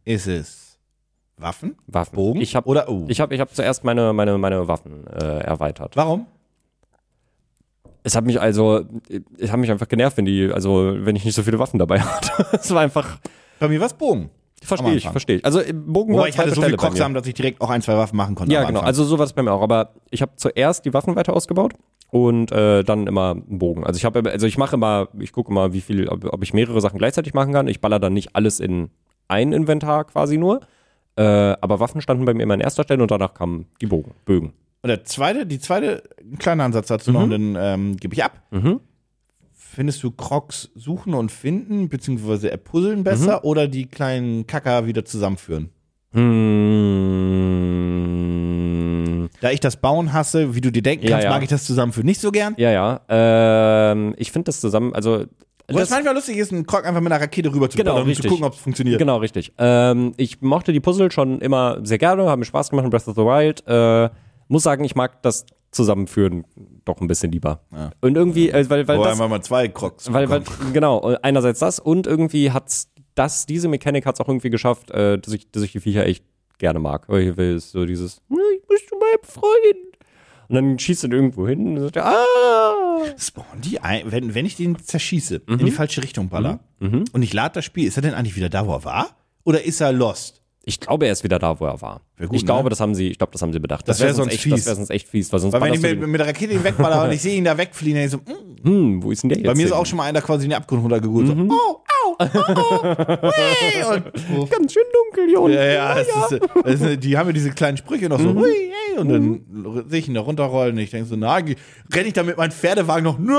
Speaker 1: ist es Waffen?
Speaker 2: Waffen.
Speaker 1: Bogen?
Speaker 2: Ich habe
Speaker 1: Oder- oh.
Speaker 2: ich hab, ich hab zuerst meine, meine, meine Waffen äh, erweitert.
Speaker 1: Warum?
Speaker 2: Es hat mich also, es hat mich einfach genervt, wenn die, also wenn ich nicht so viele Waffen dabei hatte. Es war einfach.
Speaker 1: Bei mir war es Bogen.
Speaker 2: Verstehe ich,
Speaker 1: Anfang.
Speaker 2: verstehe ich. Also im Bogen war
Speaker 1: Wobei ich
Speaker 2: zweite
Speaker 1: hatte so
Speaker 2: Stelle
Speaker 1: viel
Speaker 2: bei mir.
Speaker 1: Kochsamen, dass ich direkt auch ein, zwei Waffen machen konnte.
Speaker 2: Ja,
Speaker 1: am
Speaker 2: genau.
Speaker 1: Anfang.
Speaker 2: Also so war es bei mir auch. Aber ich habe zuerst die Waffen weiter ausgebaut und äh, dann immer einen Bogen. Also ich habe, also ich mache immer, ich gucke immer, wie viel, ob, ob ich mehrere Sachen gleichzeitig machen kann. Ich baller dann nicht alles in ein Inventar quasi nur. Äh, aber Waffen standen bei mir immer an erster Stelle und danach kamen die Bogen, Bögen.
Speaker 1: Und Also, der zweite, die zweite, ein kleiner Ansatz dazu noch, und den ähm, gebe ich ab. Findest du Crocs suchen und finden, beziehungsweise erpuzzeln besser oder die kleinen Kacker wieder zusammenführen?
Speaker 2: Hm.
Speaker 1: Da ich das Bauen hasse, wie du dir denken
Speaker 2: Ja,
Speaker 1: kannst,
Speaker 2: ja.
Speaker 1: mag ich das zusammenführen nicht so gern.
Speaker 2: Ja, ja. Ähm, ich finde das zusammen, also
Speaker 1: Was
Speaker 2: das,
Speaker 1: manchmal lustig ist, einen Croc einfach mit einer Rakete rüber zu
Speaker 2: Genau,
Speaker 1: ballern, um zu
Speaker 2: richtig.
Speaker 1: gucken, ob es funktioniert.
Speaker 2: Genau, richtig. Ähm, ich mochte die Puzzle schon immer sehr gerne, haben mir Spaß gemacht in Breath of the Wild. Äh, muss sagen, ich mag das Zusammenführen doch ein bisschen lieber. Und irgendwie, äh, weil, weil
Speaker 1: Wo
Speaker 2: das,
Speaker 1: einfach mal zwei Crocs.
Speaker 2: weil, weil,
Speaker 1: bekommen.
Speaker 2: genau, äh, einerseits das und irgendwie hat's das, diese Mechanik hat's auch irgendwie geschafft, äh, dass, ich, dass ich die Viecher echt gerne mag. Weil weil es so dieses, "Hm, ich bist du mein Freund. Und dann schießt du irgendwo hin und sagt, ah.
Speaker 1: Spawn die ein, wenn, wenn ich den zerschieße, in die falsche Richtung baller und ich lade das Spiel, ist er denn eigentlich wieder da, wo er war? Oder ist er lost?
Speaker 2: Ich glaube, er ist wieder da, wo er war.
Speaker 1: Wär gut,
Speaker 2: ich glaube,
Speaker 1: ne?
Speaker 2: das haben sie, ich glaube, das haben sie bedacht.
Speaker 1: Das wär
Speaker 2: wär
Speaker 1: sonst
Speaker 2: echt,
Speaker 1: fies.
Speaker 2: Das wäre sonst echt fies, weil sonst
Speaker 1: Weil wenn ich
Speaker 2: ballerst du
Speaker 1: mit, mit der Rakete ihn wegballer und ich sehe ihn da wegfliehen, dann ich so, mm,
Speaker 2: den- hm, wo ist denn der jetzt?
Speaker 1: bei mir ist
Speaker 2: hin?
Speaker 1: auch schon mal einer quasi in die Abgrund runtergeguckt. So, oh, au, oh, oh, hui, und,
Speaker 2: ganz schön dunkel hier unten.
Speaker 1: Ja, ja, Mhm. es Ist, es ist, die haben ja diese kleinen Sprüche noch so, hui, hey, und dann sehe ich ihn da runterrollen und ich denke so, na, renne ich da mit meinem Pferdewagen noch, nein,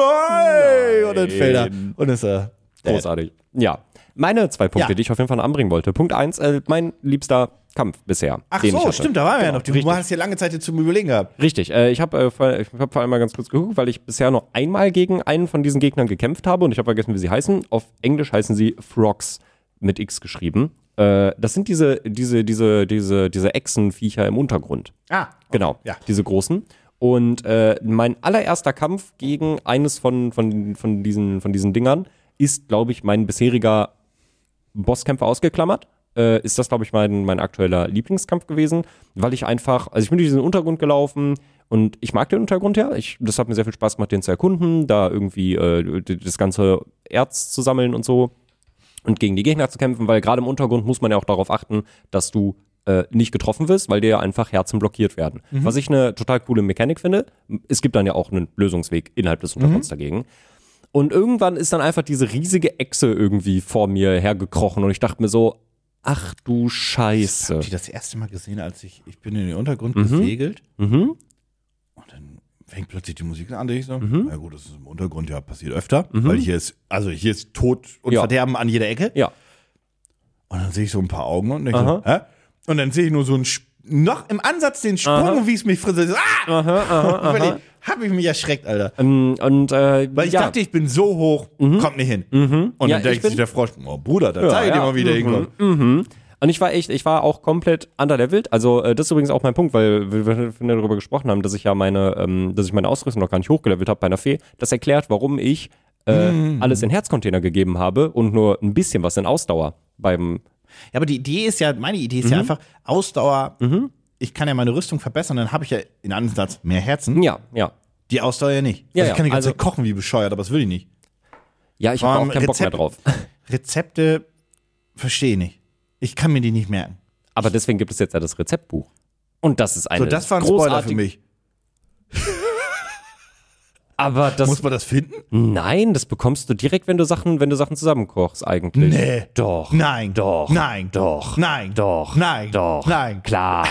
Speaker 1: und dann fällt er. Und ist er. dead.
Speaker 2: Großartig. Ja. Meine zwei Punkte,
Speaker 1: Ja.
Speaker 2: die ich auf jeden Fall noch anbringen wollte. Punkt eins, äh, mein liebster Kampf bisher.
Speaker 1: Ach
Speaker 2: den ich
Speaker 1: so,
Speaker 2: hatte.
Speaker 1: stimmt, da waren wir ja noch. Du
Speaker 2: richtig.
Speaker 1: hast ja lange Zeit zum Überlegen gehabt.
Speaker 2: Richtig, äh, ich habe äh, vor- ich hab vor allem mal ganz kurz geguckt, weil ich bisher nur einmal gegen einen von diesen Gegnern gekämpft habe und ich habe vergessen, wie sie heißen. Auf Englisch heißen sie Frogs mit X geschrieben. Äh, das sind diese, diese, diese, diese, diese Echsenviecher im Untergrund.
Speaker 1: Ah,
Speaker 2: Genau,
Speaker 1: Ja.
Speaker 2: diese großen. Und äh, mein allererster Kampf gegen eines von, von, von, diesen, von diesen Dingern ist, glaube ich, mein bisheriger Bosskämpfe ausgeklammert, äh, ist das, glaube ich, mein, mein aktueller Lieblingskampf gewesen, weil ich einfach, also ich bin durch diesen Untergrund gelaufen und ich mag den Untergrund ja. Ich, das hat mir sehr viel Spaß gemacht, den zu erkunden, da irgendwie äh, d- das ganze Erz zu sammeln und so und gegen die Gegner zu kämpfen, weil gerade im Untergrund muss man ja auch darauf achten, dass du äh, nicht getroffen wirst, weil dir ja einfach Herzen blockiert werden.
Speaker 1: Mhm.
Speaker 2: Was ich eine total coole Mechanik finde. Es gibt dann ja auch einen Lösungsweg innerhalb des Untergrunds
Speaker 1: Mhm.
Speaker 2: dagegen. Und irgendwann ist dann einfach diese riesige Echse irgendwie vor mir hergekrochen und ich dachte mir so, ach du Scheiße.
Speaker 1: Hab die das erste Mal gesehen, als ich, ich bin in den Untergrund
Speaker 2: Mhm.
Speaker 1: gesegelt. Und dann fängt plötzlich die Musik an. Und ich so,
Speaker 2: Mhm.
Speaker 1: na gut, das ist im Untergrund ja passiert öfter, weil hier ist, also hier ist Tod und
Speaker 2: Ja.
Speaker 1: Verderben an jeder Ecke.
Speaker 2: Ja.
Speaker 1: Und dann sehe ich so ein paar Augen und denk so, hä? Und dann sehe ich nur so ein Sp- noch im Ansatz den Sprung, wie es mich frisst. So, ah! Völlig- Hab ich mich erschreckt, Alter.
Speaker 2: Ähm, Und äh,
Speaker 1: Weil ich
Speaker 2: ja. Mhm.
Speaker 1: dachte, ich bin so hoch, kommt nicht hin. Und dann
Speaker 2: Ja, ich
Speaker 1: denkt
Speaker 2: bin-
Speaker 1: sich der Frosch, oh Bruder, da zeige ich dir
Speaker 2: ja. Mhm.
Speaker 1: mal wieder irgendwann.
Speaker 2: Und ich war echt, ich war auch komplett underleveled. Also äh, das ist übrigens auch mein Punkt, weil wir, wir vorhin darüber gesprochen haben, dass ich ja meine, ähm, dass ich meine Ausrüstung noch gar nicht hochgelevelt habe bei einer Fee. Das erklärt, warum ich äh,
Speaker 1: Mm.
Speaker 2: alles in Herzcontainer gegeben habe und nur ein bisschen was in Ausdauer beim
Speaker 1: Ja, aber die Idee ist ja, meine Idee ist
Speaker 2: Mhm.
Speaker 1: ja einfach, Ausdauer, ich kann ja meine Rüstung verbessern, dann habe ich ja in Ansatz mehr Herzen.
Speaker 2: ja, ja.
Speaker 1: Die Ausdauer ja nicht. also
Speaker 2: Ja, ja,
Speaker 1: ich kann die ganze
Speaker 2: also-
Speaker 1: Zeit kochen wie bescheuert, aber das will ich nicht.
Speaker 2: Ja, ich habe
Speaker 1: Ähm,
Speaker 2: auch keinen Bock mehr
Speaker 1: Rezept-
Speaker 2: drauf.
Speaker 1: Rezepte verstehe ich nicht. Ich kann mir die nicht merken.
Speaker 2: Aber deswegen gibt es jetzt ja das Rezeptbuch. Und das ist eine
Speaker 1: So, das war ein Spoiler für
Speaker 2: großartige.
Speaker 1: mich.
Speaker 2: Aber das
Speaker 1: Muss man das finden?
Speaker 2: Nein, das bekommst du direkt, wenn du Sachen, wenn du Sachen zusammenkochst eigentlich.
Speaker 1: Nee.
Speaker 2: Doch.
Speaker 1: Nein.
Speaker 2: Doch.
Speaker 1: Nein.
Speaker 2: Doch.
Speaker 1: Nein.
Speaker 2: Doch.
Speaker 1: Nein.
Speaker 2: Doch.
Speaker 1: Nein.
Speaker 2: Klar.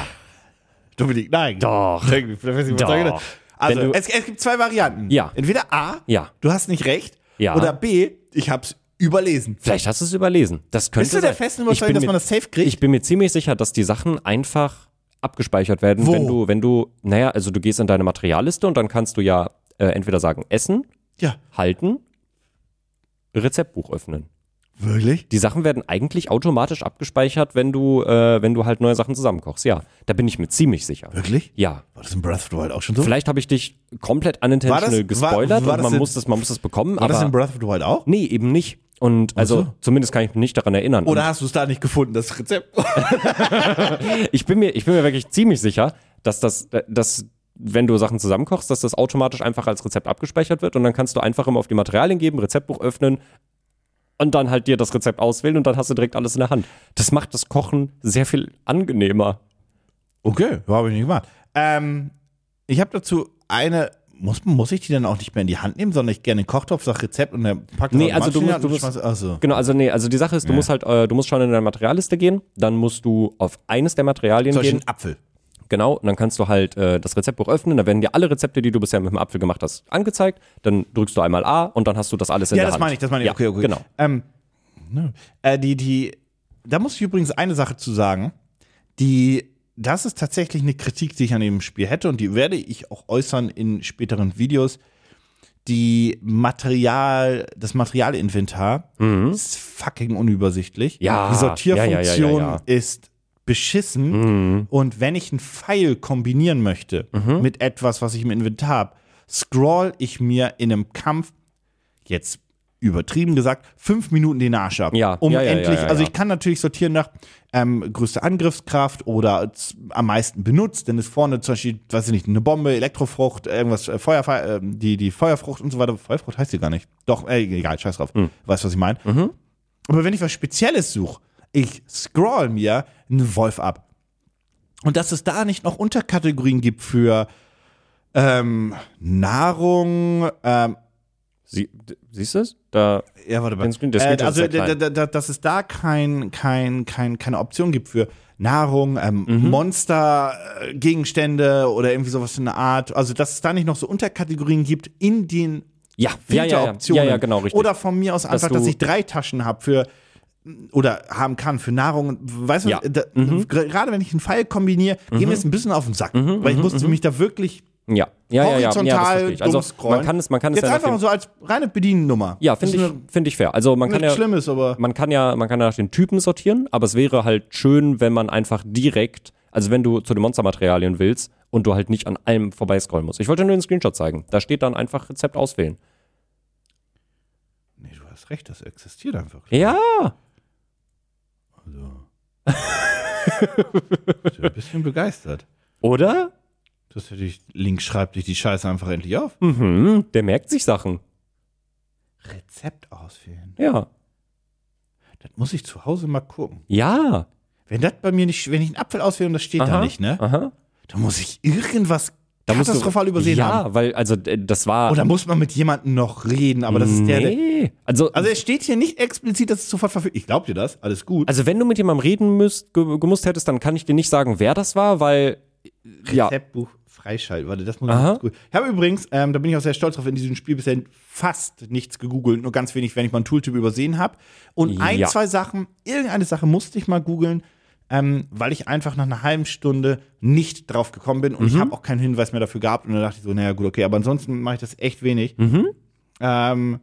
Speaker 1: Dominik, nein.
Speaker 2: Doch.
Speaker 1: Irgendwie, vielleicht weiß ich, was
Speaker 2: Doch.
Speaker 1: ich gedacht habe.
Speaker 2: Wenn
Speaker 1: Also,
Speaker 2: du-
Speaker 1: es, es gibt zwei Varianten.
Speaker 2: Ja.
Speaker 1: Entweder A,
Speaker 2: Ja.
Speaker 1: du hast nicht recht.
Speaker 2: Ja.
Speaker 1: Oder B, ich hab's überlesen.
Speaker 2: Vielleicht hast du es überlesen. Das könnte
Speaker 1: Bist du der
Speaker 2: sein.
Speaker 1: festen
Speaker 2: Ich bin
Speaker 1: Überzeugung, dass
Speaker 2: mir-
Speaker 1: man das safe kriegt?
Speaker 2: Ich bin mir ziemlich sicher, dass die Sachen einfach abgespeichert werden,
Speaker 1: Wo?
Speaker 2: wenn du, wenn du, naja, also du gehst in deine Materialliste und dann kannst du ja äh, entweder sagen, essen,
Speaker 1: ja.
Speaker 2: halten, Rezeptbuch öffnen.
Speaker 1: Wirklich?
Speaker 2: Die Sachen werden eigentlich automatisch abgespeichert, wenn du, äh, wenn du halt neue Sachen zusammenkochst. Ja, da bin ich mir ziemlich sicher.
Speaker 1: Wirklich?
Speaker 2: Ja.
Speaker 1: War das in Breath of the Wild auch schon so?
Speaker 2: Vielleicht habe ich dich komplett unintentional
Speaker 1: War das-
Speaker 2: gespoilert
Speaker 1: war- war
Speaker 2: und
Speaker 1: das
Speaker 2: man
Speaker 1: in-
Speaker 2: muss das, man muss das bekommen,
Speaker 1: War das in
Speaker 2: aber
Speaker 1: Breath of the Wild auch?
Speaker 2: nee, eben nicht. Und also zumindest kann ich mich nicht daran erinnern.
Speaker 1: Oder hast du es da nicht gefunden, das Rezept?
Speaker 2: Und ich bin mir, ich bin mir wirklich ziemlich sicher, dass das, dass wenn du Sachen zusammenkochst, dass das automatisch einfach als Rezept abgespeichert wird und dann kannst du einfach immer auf die Materialien geben, Rezeptbuch öffnen und dann halt dir das Rezept auswählen und dann hast du direkt alles in der Hand. Das macht das Kochen sehr viel angenehmer.
Speaker 1: Okay, habe ich nicht gemacht. Ähm, ich habe dazu eine. Muss, muss ich die dann auch nicht mehr in die Hand nehmen, sondern ich gerne einen Kochtopf, sag Rezept und dann packt
Speaker 2: Nee, also du musst- du musst-
Speaker 1: also.
Speaker 2: Genau, also nee, also die Sache ist, du musst halt, äh, du musst schon in deine Materialliste gehen, dann musst du auf eines der Materialien
Speaker 1: Zum Beispiel
Speaker 2: gehen.
Speaker 1: einen Apfel.
Speaker 2: Genau, und dann kannst du halt äh, das Rezeptbuch öffnen, da werden dir alle Rezepte, die du bisher mit dem Apfel gemacht hast, angezeigt. Dann drückst du einmal A und dann hast du das alles in
Speaker 1: Ja,
Speaker 2: der
Speaker 1: das
Speaker 2: Hand.
Speaker 1: meine ich, das meine ich.
Speaker 2: Ja,
Speaker 1: okay, okay.
Speaker 2: Genau.
Speaker 1: Ähm, ne. äh, die, die, da muss ich übrigens eine Sache zu sagen. Die, das ist tatsächlich eine Kritik, die ich an dem Spiel hätte und die werde ich auch äußern in späteren Videos. Die Material, das Materialinventar ist fucking unübersichtlich.
Speaker 2: Mhm. Ja,
Speaker 1: Die Sortierfunktion
Speaker 2: ja, ja, ja, ja, Mhm.
Speaker 1: ist beschissen. Und wenn ich einen Pfeil kombinieren möchte mit etwas, was ich im Inventar habe, scroll ich mir in einem Kampf jetzt übertrieben gesagt, fünf Minuten den Arsch ab.
Speaker 2: Ja,
Speaker 1: um
Speaker 2: ja, ja, ja,
Speaker 1: endlich,
Speaker 2: ja, ja.
Speaker 1: also ich kann natürlich sortieren nach ähm, größte Angriffskraft oder z- am meisten benutzt, denn es vorne zum Beispiel, weiß ich nicht, eine Bombe, Elektrofrucht, irgendwas, äh, Feuer, äh, die, die Feuerfrucht und so weiter. Feuerfrucht heißt die gar nicht. Doch, äh, egal, scheiß drauf.
Speaker 2: Mhm.
Speaker 1: Weißt, was ich meine? Aber wenn ich was Spezielles suche, ich scroll mir einen Wolf ab. Und dass es da nicht noch Unterkategorien gibt für ähm, Nahrung, ähm,
Speaker 2: Sie, d- siehst du es? Da,
Speaker 1: ja, warte mal.
Speaker 2: Den Screen- der Screen
Speaker 1: äh,
Speaker 2: ist
Speaker 1: also,
Speaker 2: sehr klein.
Speaker 1: da, da, da, dass es da kein, kein, kein, keine Option gibt für Nahrung, ähm,
Speaker 2: Mhm.
Speaker 1: Monster, äh, Gegenstände oder irgendwie sowas in der Art. Also, dass es da nicht noch so Unterkategorien gibt in den
Speaker 2: ja, ja, ja, ja, ja,
Speaker 1: Filteroptionen.
Speaker 2: ja, genau, richtig.
Speaker 1: Oder von mir aus einfach,
Speaker 2: du-
Speaker 1: dass, ich drei Taschen habe für oder haben kann für Nahrung. Weißt du,
Speaker 2: Ja. Mhm.
Speaker 1: da, gr- gerade wenn ich einen Pfeil kombiniere, geht mir es ein bisschen auf den Sack. Weil ich musste mich da wirklich
Speaker 2: ja, Mhm, ja, ja, ja, ja, das
Speaker 1: horizontal
Speaker 2: verstehe ich. Also,
Speaker 1: durchscrollen.
Speaker 2: man kann es, man kann es
Speaker 1: Jetzt
Speaker 2: ja nach
Speaker 1: einfach
Speaker 2: dem,
Speaker 1: mal so als reine Bediennummer.
Speaker 2: ja, finde
Speaker 1: Ist
Speaker 2: ich,
Speaker 1: nur
Speaker 2: finde ich fair. Also, man kann
Speaker 1: nichts
Speaker 2: ja,
Speaker 1: Schlimmes, aber
Speaker 2: man kann ja, man kann ja nach den Typen sortieren, aber es wäre halt schön, wenn man einfach direkt, also wenn du zu den Monstermaterialien willst und du halt nicht an allem vorbeiscrollen musst. Ich wollte nur den Screenshot zeigen. Da steht dann einfach Rezept auswählen.
Speaker 1: Nee, du hast recht, das existiert einfach.
Speaker 2: Ja,
Speaker 1: Also. ich bin ein bisschen begeistert.
Speaker 2: oder?
Speaker 1: Das hätte ich, Link schreibt dich die Scheiße einfach endlich auf.
Speaker 2: Mhm, der merkt sich Sachen.
Speaker 1: Rezept auswählen.
Speaker 2: Ja.
Speaker 1: Das muss ich zu Hause mal gucken.
Speaker 2: Ja.
Speaker 1: Wenn das bei mir nicht, wenn ich einen Apfel auswähle und das steht da
Speaker 2: Aha,
Speaker 1: nicht, ne?
Speaker 2: Aha.
Speaker 1: Da muss ich irgendwas
Speaker 2: Da musst du-
Speaker 1: katastrophal übersehen
Speaker 2: ja,
Speaker 1: haben.
Speaker 2: weil, also, d- das war.
Speaker 1: Oder muss man mit jemandem noch reden, aber das ist der, der.
Speaker 2: nee. Also,
Speaker 1: Also
Speaker 2: also,
Speaker 1: es steht hier nicht explizit, dass es sofort verfügbar Ich glaub dir das, alles gut.
Speaker 2: Also wenn du mit jemandem reden müsst, ge gemusst hättest, dann kann ich dir nicht sagen, wer das war, weil. Ja.
Speaker 1: Rezeptbuch freischalten. Warte, das muss ich
Speaker 2: Aha.
Speaker 1: ganz gut. Ich habe übrigens, ähm, da bin ich auch sehr stolz drauf, in diesem Spiel bisher fast nichts gegoogelt, nur ganz wenig, wenn ich mal einen Tooltip übersehen habe. Und ein,
Speaker 2: Ja.
Speaker 1: zwei Sachen, irgendeine Sache musste ich mal googeln, ähm, weil ich einfach nach einer halben Stunde nicht drauf gekommen bin und
Speaker 2: Mhm.
Speaker 1: ich habe auch keinen Hinweis mehr dafür gehabt. Und dann dachte ich so, naja, gut, okay, aber ansonsten mache ich das echt wenig.
Speaker 2: Mhm.
Speaker 1: Ähm,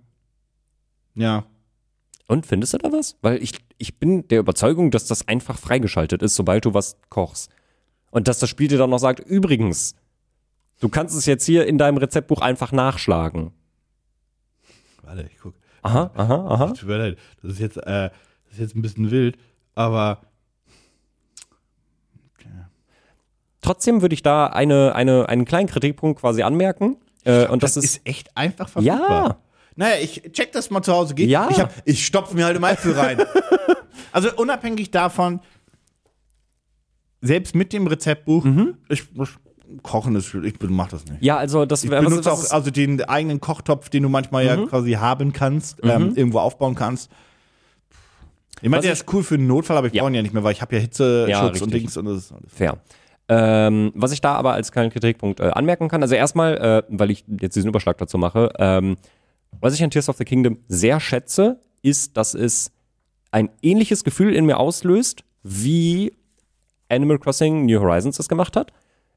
Speaker 1: ja.
Speaker 2: Und findest du da was? Weil ich, ich bin der Überzeugung, dass das einfach freigeschaltet ist, sobald du was kochst. Und dass das Spiel dir dann noch sagt, übrigens, du kannst es jetzt hier in deinem Rezeptbuch einfach nachschlagen.
Speaker 1: Warte, ich gucke.
Speaker 2: Aha, aha, aha.
Speaker 1: Tut mir leid, das ist jetzt, äh, das ist jetzt ein bisschen wild, aber
Speaker 2: Trotzdem würde ich da eine, eine, einen kleinen Kritikpunkt quasi anmerken. Äh, und das,
Speaker 1: Das
Speaker 2: ist,
Speaker 1: ist echt einfach verfügbar.
Speaker 2: Ja.
Speaker 1: Naja, ich check das mal zu Hause. Geht.
Speaker 2: Ja.
Speaker 1: Ich, hab- ich stopfe mir halt im Apfel rein. also unabhängig davon, selbst mit dem Rezeptbuch,
Speaker 2: Mhm.
Speaker 1: ich, ich kochen ist, ich mach das nicht.
Speaker 2: ja, also das
Speaker 1: Ich
Speaker 2: was-
Speaker 1: benutze
Speaker 2: was
Speaker 1: auch
Speaker 2: ist- Mhm.
Speaker 1: also den eigenen Kochtopf, den du manchmal ja quasi haben kannst, ähm, irgendwo aufbauen kannst. Ich meine,
Speaker 2: Was
Speaker 1: der
Speaker 2: ich-
Speaker 1: ist cool für einen Notfall, aber ich
Speaker 2: Ja.
Speaker 1: brauche ihn ja nicht mehr, weil ich habe ja Hitzeschutz
Speaker 2: Ja,
Speaker 1: und
Speaker 2: richtig.
Speaker 1: Dings und das ist alles.
Speaker 2: Fair. Ähm, was ich da aber als kleinen Kritikpunkt äh, anmerken kann, also erstmal, äh, weil ich jetzt diesen Überschlag dazu mache, ähm, was ich an Tears of the Kingdom sehr schätze, ist, dass es ein ähnliches Gefühl in mir auslöst, wie Animal Crossing New Horizons es gemacht hat.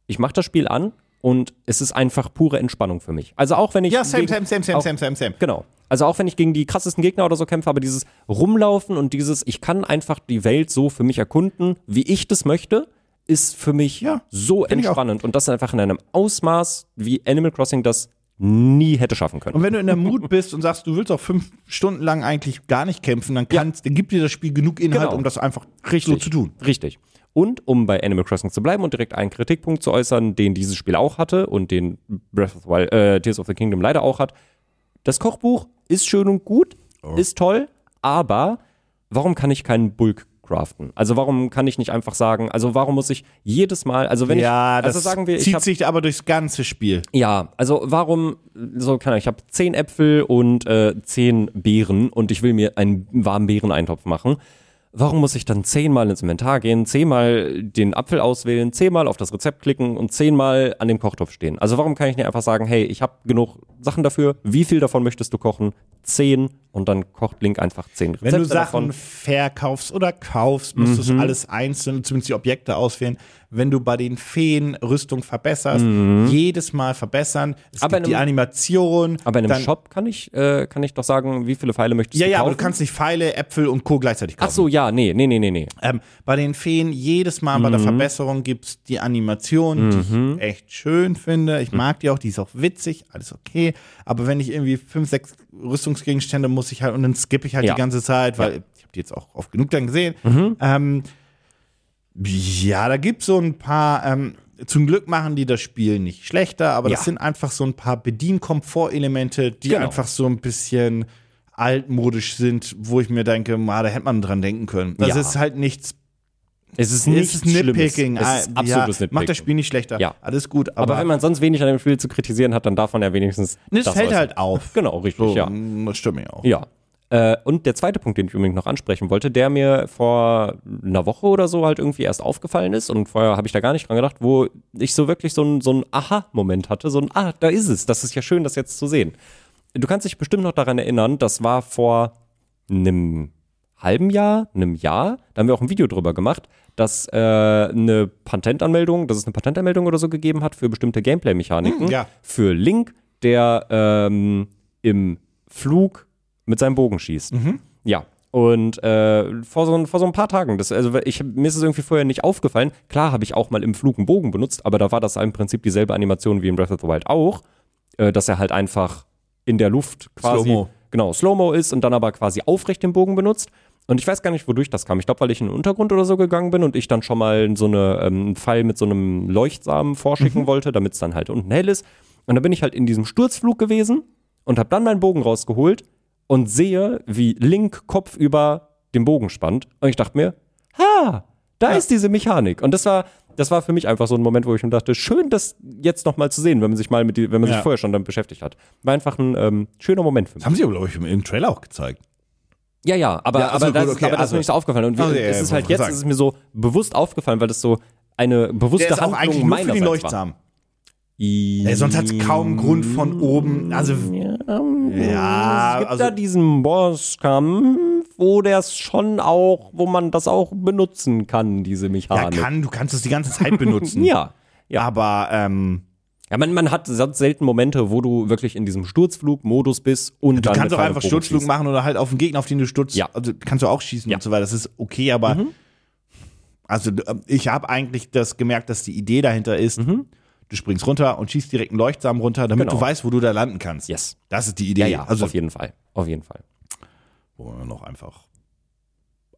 Speaker 2: Ich mache das Spiel an und es ist einfach pure Entspannung für mich. Also auch wenn ich
Speaker 1: Ja, same,
Speaker 2: gegen-
Speaker 1: same, same, same,
Speaker 2: auch-
Speaker 1: same, same, same.
Speaker 2: Genau. Also auch wenn ich gegen die krassesten Gegner oder so kämpfe, aber dieses Rumlaufen und dieses, ich kann einfach die Welt so für mich erkunden, wie ich das möchte, ist für mich
Speaker 1: Ja,
Speaker 2: so
Speaker 1: ich auch.
Speaker 2: entspannend. Und das einfach in einem Ausmaß, wie Animal Crossing das nie hätte schaffen können.
Speaker 1: Und wenn du in der Mut bist und sagst, du willst auch fünf Stunden lang eigentlich gar nicht kämpfen, dann kannst, dann gibt dir das Spiel genug Inhalt,
Speaker 2: Genau.
Speaker 1: um das einfach so zu tun.
Speaker 2: Richtig. Und um bei Animal Crossing zu bleiben und direkt einen Kritikpunkt zu äußern, den dieses Spiel auch hatte und den Breath of the Wild, äh, Tears of the Kingdom leider auch hat. Das Kochbuch ist schön und gut,
Speaker 1: Oh.
Speaker 2: ist toll, aber warum kann ich keinen Bulk craften? Also warum kann ich nicht einfach sagen, also warum muss ich jedes Mal, also wenn ich, also sagen wir, ich
Speaker 1: zieht
Speaker 2: hab,
Speaker 1: sich aber durchs ganze Spiel.
Speaker 2: ja, also warum, so keine Ahnung, ich habe zehn Äpfel und äh, zehn Beeren und ich will mir einen warmen Beereneintopf machen. Warum muss ich dann zehnmal ins Inventar gehen, zehnmal den Apfel auswählen, zehnmal auf das Rezept klicken und zehnmal an dem Kochtopf stehen? Also warum kann ich nicht einfach sagen, hey, ich habe genug Sachen dafür, wie viel davon möchtest du kochen? Zehn und dann kocht Link einfach zehn Rezepte
Speaker 1: Wenn du Sachen
Speaker 2: davon. Mhm.
Speaker 1: verkaufst oder kaufst, musst du es alles einzeln, zumindest die Objekte auswählen. Wenn du bei den Feen Rüstung verbesserst, jedes Mal verbessern. Es
Speaker 2: Mhm. Aber
Speaker 1: gibt
Speaker 2: in
Speaker 1: die
Speaker 2: einem-
Speaker 1: Animation.
Speaker 2: Aber in einem
Speaker 1: dann,
Speaker 2: Shop kann ich, äh, kann ich doch sagen, wie viele Pfeile möchtest
Speaker 1: Ja,
Speaker 2: du
Speaker 1: ja,
Speaker 2: kaufen?
Speaker 1: aber du kannst nicht Pfeile, Äpfel und Co. gleichzeitig kaufen.
Speaker 2: Ach so, ja, nee, nee, nee, nee, nee.
Speaker 1: Ähm, bei den Feen, jedes Mal
Speaker 2: Mhm.
Speaker 1: bei der Verbesserung
Speaker 2: Mhm.
Speaker 1: gibt es die Animation, die ich echt schön finde. Ich mag die auch, die ist auch witzig, alles okay. okay, aber wenn ich irgendwie fünf, sechs Rüstungsgegenstände muss ich halt und dann skippe ich halt
Speaker 2: Ja. Mhm.
Speaker 1: die ganze Zeit, weil ich habe die jetzt auch oft genug dann gesehen. Ähm, ja, da gibt's so ein paar. Ähm, zum Glück machen die das Spiel nicht schlechter, aber
Speaker 2: Ja.
Speaker 1: das sind einfach so ein paar Bedienkomfortelemente, die
Speaker 2: Genau.
Speaker 1: einfach so ein bisschen altmodisch sind, wo ich mir denke, ma, da hätte man dran denken können. Das
Speaker 2: Ja.
Speaker 1: ist halt nichts
Speaker 2: Es ist
Speaker 1: es
Speaker 2: nichts
Speaker 1: ist Nitpicking.
Speaker 2: Schlimmes. Es
Speaker 1: Ah,
Speaker 2: ist absolutes
Speaker 1: ja,
Speaker 2: Nitpicking.
Speaker 1: Macht das Spiel nicht schlechter.
Speaker 2: Ja.
Speaker 1: Alles gut. Aber,
Speaker 2: aber, wenn man sonst wenig an dem Spiel zu kritisieren hat, dann darf man ja wenigstens.
Speaker 1: es
Speaker 2: das
Speaker 1: fällt
Speaker 2: äußern.
Speaker 1: halt auf.
Speaker 2: Genau, richtig,
Speaker 1: So,
Speaker 2: ja.
Speaker 1: Das stimmt mir auch.
Speaker 2: Ja. Äh, und der zweite Punkt, den ich unbedingt noch ansprechen wollte, der mir vor einer Woche oder so halt irgendwie erst aufgefallen ist und vorher habe ich da gar nicht dran gedacht, wo ich so wirklich so einen so einen Aha-Moment hatte, so ein Ah, da ist es, das ist ja schön, das jetzt zu sehen. Du kannst dich bestimmt noch daran erinnern, das war vor einem halben Jahr, einem Jahr, da haben wir auch ein Video drüber gemacht, dass äh, eine Patentanmeldung, dass es eine Patentanmeldung oder so gegeben hat für bestimmte
Speaker 1: Hm,
Speaker 2: Gameplay-Mechaniken.
Speaker 1: ja.
Speaker 2: Für Link, der ähm, im Flug mit seinem Bogen schießt.
Speaker 1: Mhm.
Speaker 2: Ja. Und äh, vor, so, ein- vor so ein paar Tagen, das, also ich, mir ist es irgendwie vorher nicht aufgefallen. Klar habe ich auch mal im Flug einen Bogen benutzt, aber da war das im Prinzip dieselbe Animation wie in Breath of the Wild auch, äh, dass er halt einfach in der Luft quasi
Speaker 1: Slow-mo.
Speaker 2: genau Slow-mo ist und dann aber quasi aufrecht den Bogen benutzt. Und ich weiß gar nicht, wodurch das kam. Ich glaube, weil ich in den Untergrund oder so gegangen bin und ich dann schon mal so eine, ähm, einen Pfeil mit so einem Leuchtsamen vorschicken wollte, damit es dann halt unten hell ist. Und dann bin ich halt in diesem Sturzflug gewesen und habe dann meinen Bogen rausgeholt und sehe, wie Link Kopf über den Bogen spannt. Und ich dachte mir, ha, da ist diese Mechanik. Und das war, das war für mich einfach so ein Moment, wo ich mir dachte, schön, das jetzt nochmal zu sehen, wenn man sich mal mit, die, wenn man sich
Speaker 1: Ja.
Speaker 2: vorher schon damit beschäftigt hat. War einfach ein ähm, schöner Moment für mich.
Speaker 1: Das haben sie, glaube ich, im, im Trailer auch gezeigt.
Speaker 2: Ja, ja, aber,
Speaker 1: Ja, also
Speaker 2: aber,
Speaker 1: gut,
Speaker 2: das,
Speaker 1: okay,
Speaker 2: aber das ist
Speaker 1: also-
Speaker 2: mir nicht so aufgefallen. Und wir,
Speaker 1: Also, ja,
Speaker 2: es
Speaker 1: ja,
Speaker 2: ist
Speaker 1: wollte
Speaker 2: halt
Speaker 1: ich
Speaker 2: jetzt
Speaker 1: sagen.
Speaker 2: ist es mir so bewusst aufgefallen, weil das so eine bewusste
Speaker 1: Der ist auch
Speaker 2: Handlung
Speaker 1: eigentlich nur für die
Speaker 2: meinerseits war.
Speaker 1: Leuchtsamen.
Speaker 2: I-
Speaker 1: Ey, sonst hat es kaum Grund von oben. Also,
Speaker 2: Ja,
Speaker 1: Ja,
Speaker 2: es gibt
Speaker 1: also-
Speaker 2: da diesen Bosskampf, wo das schon auch, wo man das auch benutzen kann, diese
Speaker 1: ja,
Speaker 2: Mechanik.
Speaker 1: kann, du kannst es die ganze Zeit benutzen.
Speaker 2: ja. ja.
Speaker 1: Aber, ähm,
Speaker 2: Ja, man, man hat sonst selten Momente, wo du wirklich in diesem Sturzflug-Modus bist und
Speaker 1: du
Speaker 2: dann
Speaker 1: kannst
Speaker 2: mit
Speaker 1: auch einfach
Speaker 2: Pfeilbogen
Speaker 1: Sturzflug
Speaker 2: schießt.
Speaker 1: machen oder halt auf den Gegner, auf den du stürzt.
Speaker 2: Ja.
Speaker 1: Also, kannst du auch schießen
Speaker 2: Ja. Mhm.
Speaker 1: und so weiter. Das ist okay, aber. Also, äh, ich habe eigentlich das gemerkt, dass die Idee dahinter ist, du springst runter und schießt direkt einen Leuchtsamen runter, damit
Speaker 2: Mhm. Genau.
Speaker 1: du weißt, wo du da landen kannst.
Speaker 2: Yes.
Speaker 1: Das ist die Idee.
Speaker 2: Ja, ja,
Speaker 1: also,
Speaker 2: auf jeden Fall. Auf jeden Fall.
Speaker 1: wo man noch einfach.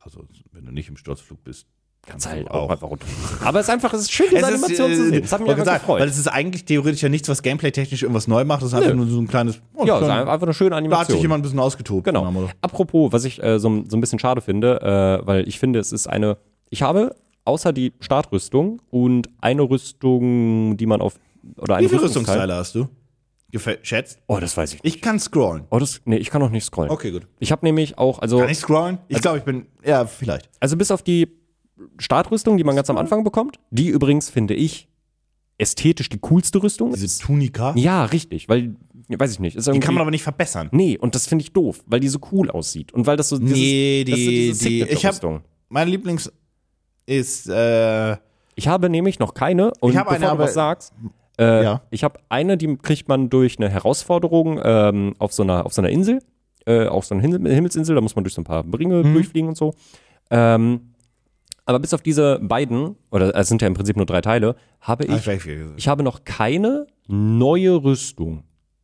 Speaker 1: Also, wenn du nicht im Sturzflug bist,
Speaker 2: Kannst
Speaker 1: du
Speaker 2: halt auch, einfach runter. Aber es ist einfach, es ist schön, diese
Speaker 1: Es ist,
Speaker 2: Animation zu
Speaker 1: äh,
Speaker 2: sehen. Das hat mich
Speaker 1: wollte
Speaker 2: einfach
Speaker 1: sagen, Weil
Speaker 2: gefreut.
Speaker 1: es ist eigentlich theoretisch ja nichts, was gameplay-technisch irgendwas neu macht. Das ist einfach nur so ein kleines. Oh,
Speaker 2: Ja, es ist
Speaker 1: klein-
Speaker 2: einfach eine schöne
Speaker 1: da hat sich
Speaker 2: Animation.
Speaker 1: jemand ein bisschen ausgetobt.
Speaker 2: Genau.
Speaker 1: Sagen wir mal
Speaker 2: Apropos, was ich äh, so, so ein bisschen schade finde, äh, weil ich finde, es ist eine. Ich habe außer die Startrüstung und eine Rüstung, die man auf.
Speaker 1: so.
Speaker 2: Oder eine
Speaker 1: Wie viele
Speaker 2: Rüstungsteil-
Speaker 1: Rüstungsteile hast du? Geschätzt?
Speaker 2: Oh, das weiß ich nicht.
Speaker 1: Ich kann scrollen.
Speaker 2: Oh, das, nee, ich kann noch nicht scrollen.
Speaker 1: Okay, gut.
Speaker 2: Ich habe nämlich auch, also,
Speaker 1: Kann ich scrollen? Ich glaube, ich bin. Ja, vielleicht.
Speaker 2: also bis auf die Startrüstung, die man ganz am Anfang bekommt, die übrigens, finde ich, ästhetisch die coolste Rüstung
Speaker 1: Diese
Speaker 2: ist.
Speaker 1: Tunika.
Speaker 2: Ja, richtig, weil, weiß ich nicht. Ist
Speaker 1: Die
Speaker 2: irgendwie,
Speaker 1: kann man aber nicht verbessern.
Speaker 2: nee, und das finde ich doof, weil die so cool aussieht. Und weil das so dieses,
Speaker 1: Nee,
Speaker 2: das ist so
Speaker 1: die-
Speaker 2: diese
Speaker 1: die- ich hab-
Speaker 2: Signature-Rüstung.
Speaker 1: Mein Lieblings ist. Äh,
Speaker 2: Ich habe nämlich noch keine. Und
Speaker 1: Ich habe
Speaker 2: bevor
Speaker 1: eine,
Speaker 2: du
Speaker 1: aber-
Speaker 2: was sagst, äh,
Speaker 1: Ja.
Speaker 2: ich habe eine, die kriegt man durch eine Herausforderung ähm, auf, so einer, auf so einer Insel, äh, auf so einer Hin Himmelsinsel, da muss man durch so ein paar Ringe
Speaker 1: Mhm.
Speaker 2: durchfliegen und so. Ähm, aber bis auf diese beiden, oder es sind ja im Prinzip nur drei Teile, habe ich,
Speaker 1: hab ich gesagt.
Speaker 2: ich habe noch keine neue Rüstung.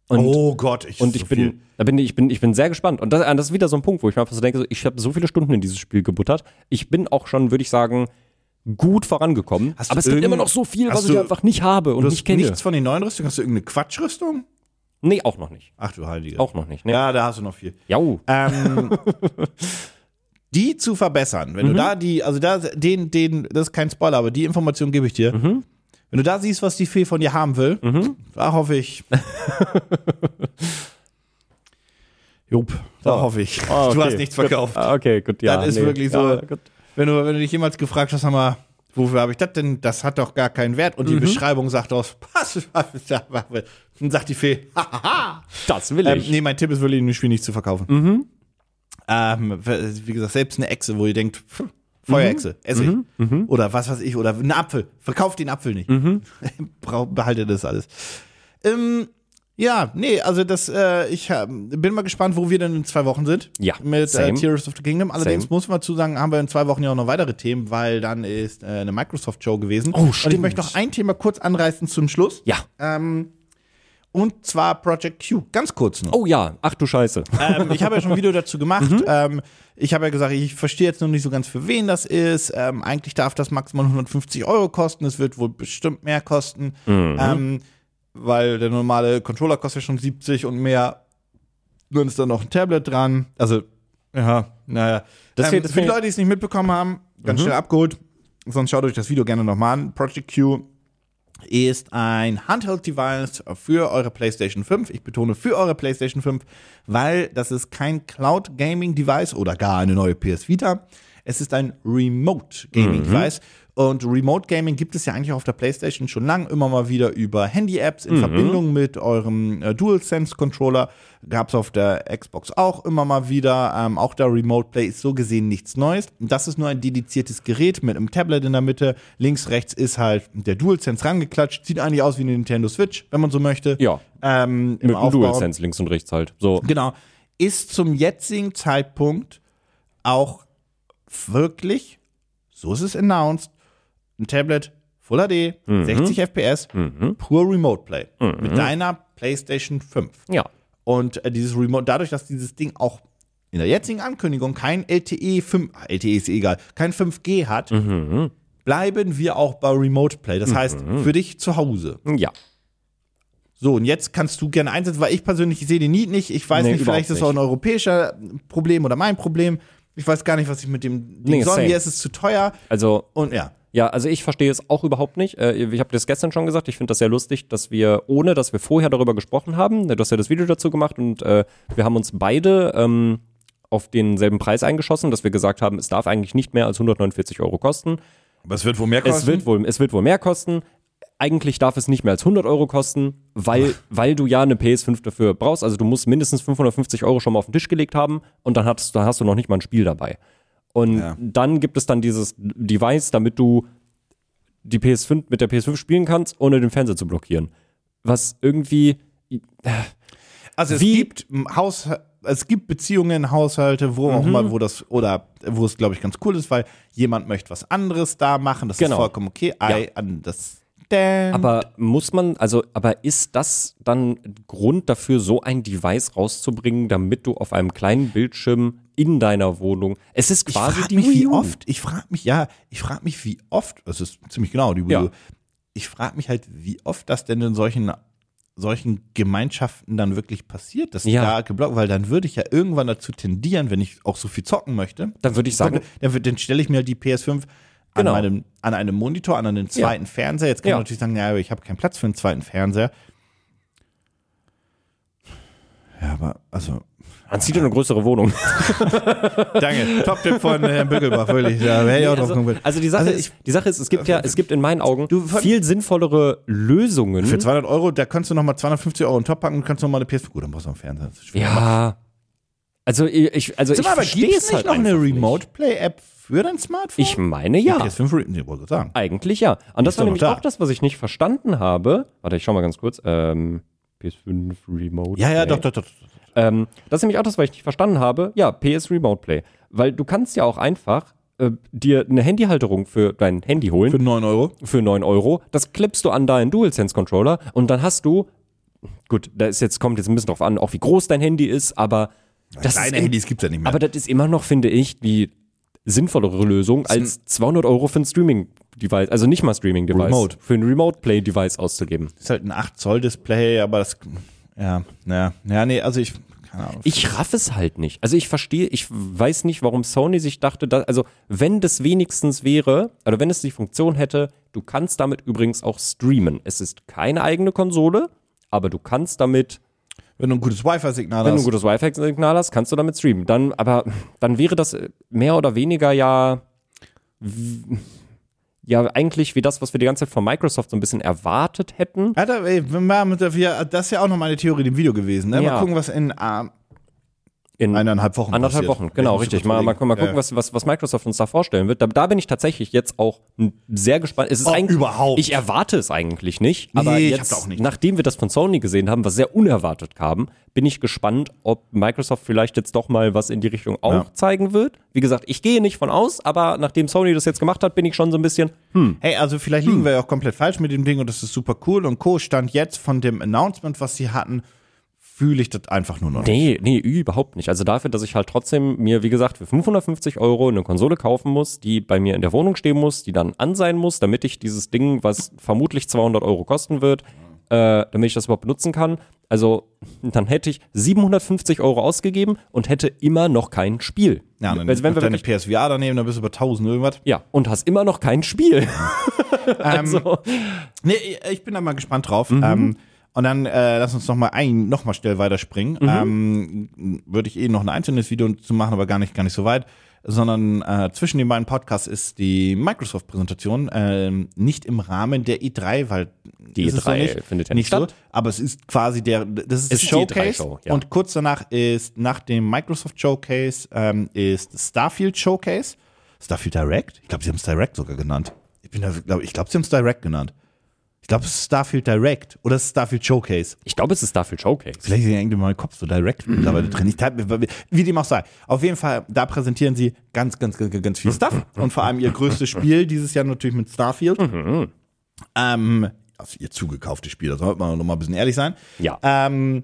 Speaker 2: Und
Speaker 1: oh Gott, ich.
Speaker 2: und ich
Speaker 1: so viel.
Speaker 2: bin, da bin ich, ich bin, ich bin sehr gespannt. Und das, ah, das ist wieder so ein Punkt, wo ich mir einfach so denke, so, ich habe so viele Stunden in dieses Spiel gebuttert. Ich bin auch schon, würde ich sagen, gut vorangekommen.
Speaker 1: Hast du
Speaker 2: Aber es gibt
Speaker 1: irgend-
Speaker 2: immer noch so viel, was
Speaker 1: hast
Speaker 2: ich
Speaker 1: du-
Speaker 2: einfach nicht habe und
Speaker 1: Du
Speaker 2: nicht
Speaker 1: hast
Speaker 2: kenne.
Speaker 1: nichts von den neuen Rüstungen? Hast du irgendeine Quatschrüstung?
Speaker 2: Nee, auch noch nicht.
Speaker 1: Ach du Heilige.
Speaker 2: Auch noch nicht. Nee.
Speaker 1: Ja, da hast du noch viel.
Speaker 2: Jau.
Speaker 1: Ähm, die zu verbessern, wenn du da die, also da, den, den, das ist kein Spoiler, aber die Information gebe ich dir. Wenn du da siehst, was die Fee von dir haben will, da hoffe ich. Jupp, da
Speaker 2: So.
Speaker 1: hoffe ich.
Speaker 2: Ah,
Speaker 1: Du
Speaker 2: okay.
Speaker 1: hast nichts verkauft.
Speaker 2: Ah, okay, gut, ja.
Speaker 1: Das ist wirklich so-
Speaker 2: Ja, gut.
Speaker 1: Wenn, du, wenn du dich jemals gefragt hast, sag mal, wofür habe ich das denn? Das hat doch gar keinen Wert. Und die Beschreibung sagt aus, pass, dann sagt die Fee, hahaha.
Speaker 2: Das will
Speaker 1: Ähm,
Speaker 2: ich.
Speaker 1: nee, mein Tipp ist wirklich, ein Spiel nicht zu verkaufen.
Speaker 2: Mhm.
Speaker 1: Ähm, wie gesagt, selbst eine Echse, wo ihr denkt, pff,
Speaker 2: Mhm.
Speaker 1: Feuerechse, Essig. Oder was weiß ich, oder ein Apfel. Verkauft den Apfel nicht.
Speaker 2: Mhm.
Speaker 1: Brau- Behaltet das alles. Ähm, ja, nee, also das, äh, ich hab- bin mal gespannt, wo wir denn in zwei Wochen sind.
Speaker 2: Ja,
Speaker 1: Mit äh,
Speaker 2: same.
Speaker 1: Tears of the Kingdom. Allerdings
Speaker 2: Same.
Speaker 1: muss man dazu sagen, haben wir in zwei Wochen ja auch noch weitere Themen, weil dann ist äh, eine Microsoft-Show gewesen.
Speaker 2: Oh,
Speaker 1: Und ich
Speaker 2: stimmt.
Speaker 1: möchte noch ein Thema kurz anreißen zum Schluss.
Speaker 2: Ja.
Speaker 1: Ähm, Und zwar Project Q, ganz kurz noch.
Speaker 2: Oh ja, ach du Scheiße.
Speaker 1: Ähm, ich habe ja schon ein Video dazu gemacht. Ähm, ich habe ja gesagt, ich verstehe jetzt noch nicht so ganz, für wen das ist. Ähm, eigentlich darf das maximal 150 Euro kosten. Es wird wohl bestimmt mehr kosten, ähm, weil der normale Controller kostet ja schon 70 und mehr. Dann ist da noch ein Tablet dran. Also, ja, naja.
Speaker 2: Das Mhm.
Speaker 1: ähm,
Speaker 2: wird-
Speaker 1: für die Leute, die es nicht mitbekommen haben, ganz schnell abgeholt. Sonst schaut euch das Video gerne nochmal an. Project Q ist ein Handheld-Device für eure PlayStation 5. Ich betone für eure PlayStation 5, weil das ist kein Cloud-Gaming-Device oder gar eine neue PS Vita. Es ist ein
Speaker 2: Mhm.
Speaker 1: Remote-Gaming-Device. Und Remote-Gaming gibt es ja eigentlich auf der PlayStation schon lang, immer mal wieder über Handy-Apps
Speaker 2: Mhm.
Speaker 1: in Verbindung mit eurem äh, DualSense-Controller. Gab es auf der Xbox auch immer mal wieder. Ähm, auch der Remote-Play ist so gesehen nichts Neues. Das ist nur ein dediziertes Gerät mit einem Tablet in der Mitte. Links, rechts ist halt der DualSense rangeklatscht. Sieht eigentlich aus wie eine Nintendo Switch, wenn man so möchte.
Speaker 2: Ja.
Speaker 1: Ähm, im
Speaker 2: Mit dem
Speaker 1: Aufbau.
Speaker 2: DualSense links und rechts halt. So.
Speaker 1: Genau. Ist zum jetzigen Zeitpunkt auch wirklich, so ist es announced, ein Tablet Full HD, 60 FPS, pur Remote Play mit deiner PlayStation 5.
Speaker 2: Ja.
Speaker 1: Und äh, dieses Remote, dadurch, dass dieses Ding auch in der jetzigen Ankündigung kein LTE 5, ah, LTE ist eh egal, kein 5G hat, bleiben wir auch bei Remote Play. Das heißt, für dich zu Hause.
Speaker 2: Ja.
Speaker 1: So, und jetzt kannst du gerne einsetzen, weil ich persönlich ich sehe den Need nicht. Ich weiß
Speaker 2: Nee,
Speaker 1: nicht, vielleicht
Speaker 2: überhaupt
Speaker 1: ist es auch ein europäischer Problem oder mein Problem. Ich weiß gar nicht, was ich mit dem Ding
Speaker 2: Nee,
Speaker 1: soll.
Speaker 2: same.
Speaker 1: Mir ist es zu teuer.
Speaker 2: Also
Speaker 1: Und ja.
Speaker 2: Ja, also ich verstehe es auch überhaupt nicht. Äh, Ich habe das gestern schon gesagt. Ich finde das sehr lustig, dass wir, ohne dass wir vorher darüber gesprochen haben, ne, du hast ja das Video dazu gemacht und äh, wir haben uns beide ähm, auf denselben Preis eingeschossen, dass wir gesagt haben, es darf eigentlich nicht mehr als 149 Euro kosten.
Speaker 1: Aber es wird wohl mehr
Speaker 2: Es wird wohl, es wird wohl mehr kosten. Eigentlich darf es nicht mehr als 100 Euro kosten, weil, weil du ja eine PS5 dafür brauchst. Also du musst mindestens 550 Euro schon mal auf den Tisch gelegt haben und dann hast, dann hast du noch nicht mal ein Spiel dabei. Und dann gibt es dann dieses Device, damit du die PS5 mit der PS5 spielen kannst, ohne den Fernseher zu blockieren. Was irgendwie
Speaker 1: also es
Speaker 2: wie-
Speaker 1: gibt m, Haus, es gibt Beziehungen, Haushalte, wo auch
Speaker 2: Mhm.
Speaker 1: mal, wo das, oder wo es, glaube ich, ganz cool ist, weil jemand möchte was anderes da machen. Das
Speaker 2: Genau.
Speaker 1: ist vollkommen okay. I understand.
Speaker 2: Aber muss man, also, aber ist das dann Grund dafür, so ein Device rauszubringen, damit du auf einem kleinen Bildschirm in deiner Wohnung, es ist
Speaker 1: Ich
Speaker 2: quasi
Speaker 1: frage
Speaker 2: die
Speaker 1: mich,
Speaker 2: Wii
Speaker 1: wie
Speaker 2: U.
Speaker 1: oft, ich frage mich, ja, ich frage mich, wie oft, das ist ziemlich genau die Wii
Speaker 2: Ja.
Speaker 1: U, ich frage mich halt, wie oft das denn in solchen, solchen Gemeinschaften dann wirklich passiert, dass
Speaker 2: Ja.
Speaker 1: da geblockt, weil dann würde ich ja irgendwann dazu tendieren, wenn ich auch so viel zocken möchte,
Speaker 2: Dann würde ich sagen,
Speaker 1: dann, wird- dann stelle ich mir halt die PS5
Speaker 2: Genau.
Speaker 1: an, meinem, an einem Monitor, an einem zweiten Fernseher. Jetzt kann
Speaker 2: Ja.
Speaker 1: man natürlich sagen, ja, aber ich habe keinen Platz für einen zweiten Fernseher. Ja, aber, also,
Speaker 2: dann zieh dir eine größere Wohnung.
Speaker 1: danke. Top-Tipp von äh, Herrn Bückelbach, wirklich. Da hätte ich auch drauf
Speaker 2: also,
Speaker 1: kommen können.
Speaker 2: also die Sache
Speaker 1: Also
Speaker 2: ist, die Sache ist, es gibt ja, es gibt in meinen Augen viel sinnvollere Lösungen.
Speaker 1: Für 200 Euro, da kannst du nochmal 250 Euro in den Top packen und kannst nochmal eine PS4. Gut, dann brauchst du noch einen Fernseher. Das ist schwer.
Speaker 2: ja. Also ich, also ich
Speaker 1: Sag mal, aber
Speaker 2: verstehe
Speaker 1: gibt's
Speaker 2: es
Speaker 1: nicht
Speaker 2: halt
Speaker 1: noch eine
Speaker 2: einfach nicht.
Speaker 1: Remote-Play-App für dein Smartphone?
Speaker 2: Ich meine ja.
Speaker 1: PS5 Re- nee, wollte ich sagen.
Speaker 2: Eigentlich ja. Und das
Speaker 1: ist doch noch
Speaker 2: war nämlich
Speaker 1: da.
Speaker 2: auch das, was ich nicht verstanden habe. Warte, ich schau mal ganz kurz. Ähm, PS5 Remote.
Speaker 1: Ja, ja,
Speaker 2: Play.
Speaker 1: doch, doch, doch. doch.
Speaker 2: Ähm, das ist nämlich auch das, was ich nicht verstanden habe. Ja, PS Remote Play. Weil du kannst ja auch einfach äh, dir eine Handyhalterung für dein Handy holen
Speaker 1: Für 9 Euro.
Speaker 2: für 9 Euro. Das klippst du an deinen DualSense-Controller und dann hast du, gut, da ist jetzt, kommt jetzt ein bisschen drauf an, auch wie groß dein Handy ist, aber das, ist,
Speaker 1: Kleine
Speaker 2: im-
Speaker 1: Handys gibt's ja nicht mehr.
Speaker 2: aber das ist immer noch, finde ich, die sinnvollere Lösung als 200 Euro für ein Streaming-Device, also nicht mal Streaming-Device,
Speaker 1: Remote.
Speaker 2: für ein Remote-Play-Device auszugeben.
Speaker 1: ist halt ein 8-Zoll-Display, aber das. Ja, ja, ja, nee, also ich. Keine Ahnung.
Speaker 2: Ich raff es halt nicht. Also ich verstehe, ich weiß nicht, warum Sony sich dachte, da- also wenn das wenigstens wäre, oder wenn es die Funktion hätte, du kannst damit übrigens auch streamen. Es ist keine eigene Konsole, aber du kannst damit,
Speaker 1: Wenn du ein gutes Wi-Fi-Signal
Speaker 2: wenn du
Speaker 1: hast.
Speaker 2: ein gutes Wi-Fi-Signal hast, kannst du damit streamen. Dann, aber dann wäre das äh, mehr oder weniger ja w- ja eigentlich wie das, was wir die ganze Zeit von Microsoft so ein bisschen erwartet hätten.
Speaker 1: Ja, da, ey, wenn wir mit der- wir- das ist ja auch noch meine Theorie im Video gewesen. Ne? Mal
Speaker 2: Ja.
Speaker 1: gucken, was in, ähm,
Speaker 2: in
Speaker 1: Eineinhalb Wochen
Speaker 2: Anderthalb
Speaker 1: passiert.
Speaker 2: Wochen,
Speaker 1: Ich
Speaker 2: genau,
Speaker 1: muss
Speaker 2: richtig.
Speaker 1: kurz
Speaker 2: Mal, mal,
Speaker 1: überlegen.
Speaker 2: mal gucken,
Speaker 1: Ja.
Speaker 2: was, was, was Microsoft uns da vorstellen wird. Da, da bin ich tatsächlich jetzt auch m, sehr gespannt. Es ist
Speaker 1: Oh,
Speaker 2: eigentlich,
Speaker 1: überhaupt.
Speaker 2: Ich erwarte es eigentlich nicht, aber
Speaker 1: Nee, ich
Speaker 2: jetzt,
Speaker 1: hab's auch nicht.
Speaker 2: nachdem wir das von Sony gesehen haben, was sehr unerwartet kam, bin ich gespannt, ob Microsoft vielleicht jetzt doch mal was in die Richtung auch
Speaker 1: Ja.
Speaker 2: zeigen wird. Wie gesagt, ich gehe nicht von aus, aber nachdem Sony das jetzt gemacht hat, bin ich schon so ein bisschen, hm,
Speaker 1: Hey, also vielleicht liegen wir ja auch komplett falsch mit dem Ding und das ist super cool und Co. Stand jetzt von dem Announcement, was sie hatten, fühle ich das einfach nur noch. nicht.
Speaker 2: nee, nee, überhaupt nicht. Also dafür, dass ich halt trotzdem mir, wie gesagt, für 550 Euro eine Konsole kaufen muss, die bei mir in der Wohnung stehen muss, die dann an sein muss, damit ich dieses Ding, was vermutlich 200 Euro kosten wird, äh, damit ich das überhaupt benutzen kann. Also dann hätte ich 750 Euro ausgegeben und hätte immer noch kein Spiel.
Speaker 1: Ja, und dann
Speaker 2: also wenn wir
Speaker 1: deine
Speaker 2: wirklich
Speaker 1: PSVR daneben, dann bist du bei 1000 irgendwas. Ähm,
Speaker 2: Ja, und hast immer noch kein Spiel. also,
Speaker 1: Nee, ich bin da mal gespannt drauf.
Speaker 2: Mhm.
Speaker 1: Ähm, und dann äh, lass uns noch mal ein, noch mal schnell weiterspringen.
Speaker 2: Mhm.
Speaker 1: Ähm, Würde ich eh noch ein einzelnes Video zu machen, aber gar nicht, gar nicht so weit. Sondern äh, zwischen den beiden Podcasts ist die Microsoft-Präsentation ähm, nicht im Rahmen der E3, weil
Speaker 2: Die
Speaker 1: ist es
Speaker 2: E3
Speaker 1: nicht,
Speaker 2: findet ja
Speaker 1: nicht
Speaker 2: nicht statt.
Speaker 1: So, aber es ist quasi der, das ist,
Speaker 2: Es
Speaker 1: das
Speaker 2: ist die
Speaker 1: Showcase.
Speaker 2: E3-Show, ja.
Speaker 1: Und kurz danach ist nach dem Microsoft Showcase ähm, ist Starfield Showcase, Starfield Direct. Ich glaube, sie haben es Direct sogar genannt. Ich bin da, glaub, ich glaube, sie haben es Direct genannt. Ich glaube, es ist Starfield Direct oder es ist Starfield Showcase.
Speaker 2: ich glaube, es ist dafür Showcase.
Speaker 1: Vielleicht ist ja irgendwie mein Kopf so Direct
Speaker 2: Mhm.
Speaker 1: mittlerweile drin. Ich, wie dem auch sei. Auf jeden Fall, da präsentieren sie ganz, ganz, ganz, ganz viel Stuff. Und vor allem ihr größtes Spiel dieses Jahr natürlich mit Starfield.
Speaker 2: Mhm.
Speaker 1: Ähm, also ihr zugekauftes Spiel, da sollte man noch mal ein bisschen ehrlich sein.
Speaker 2: Ja.
Speaker 1: Ähm,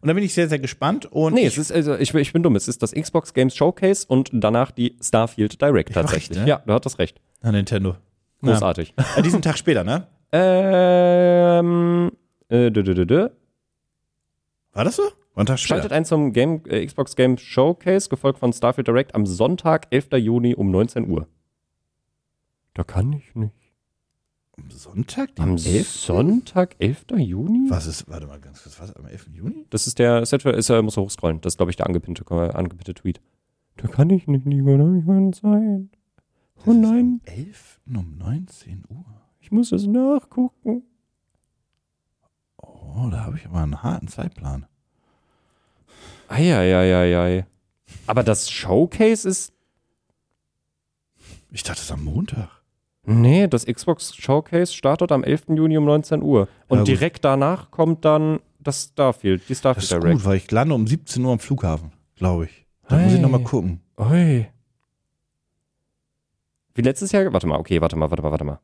Speaker 1: und da bin ich sehr, sehr gespannt. Und
Speaker 2: Nee,
Speaker 1: ich,
Speaker 2: es ist, also ich, bin- ich bin dumm. Es ist das Xbox Games Showcase und danach die Starfield Direct
Speaker 1: hab
Speaker 2: tatsächlich.
Speaker 1: recht, ne?
Speaker 2: Ja, du hattest recht.
Speaker 1: na, Nintendo.
Speaker 2: Großartig.
Speaker 1: Äh, diesen Tag später, ne?
Speaker 2: ähm. Äh, dü, dü, dü, dü.
Speaker 1: War das so? War ein Tag später.
Speaker 2: Schaltet ein zum Game, äh, Xbox Games Showcase, gefolgt von Starfield Direct am Sonntag, 11. Juni um 19 Uhr. Da kann ich nicht.
Speaker 1: Am Sonntag? Den
Speaker 2: Am
Speaker 1: 11.
Speaker 2: Sonntag, 11. Juni?
Speaker 1: Was ist, warte mal ganz kurz, was? Am 11. Juni?
Speaker 2: Das ist der, ist, etwa- ist, äh, muss hochscrollen. Das ist, glaube ich, der angepinnte, äh, angepinnte Tweet. Da kann ich nicht, lieber, da habe ich keine Zeit. Oh nein.
Speaker 1: Am 11. um 19 Uhr.
Speaker 2: Ich muss es nachgucken.
Speaker 1: Oh, da habe ich aber einen harten Zeitplan.
Speaker 2: Eieieiei. Aber das Showcase ist.
Speaker 1: Ich dachte, es ist am Montag.
Speaker 2: Nee, das Xbox Showcase startet am 11. Juni um 19 Uhr. Und
Speaker 1: Ja, gut.
Speaker 2: direkt danach kommt dann das Starfield, die
Speaker 1: Das
Speaker 2: Starfield
Speaker 1: ist gut,
Speaker 2: Direct.
Speaker 1: weil ich lande um 17 Uhr am Flughafen, glaube ich. Da muss ich
Speaker 2: Hey.
Speaker 1: nochmal gucken.
Speaker 2: Ui. Wie letztes Jahr? Warte mal, okay, warte mal, warte mal, warte mal.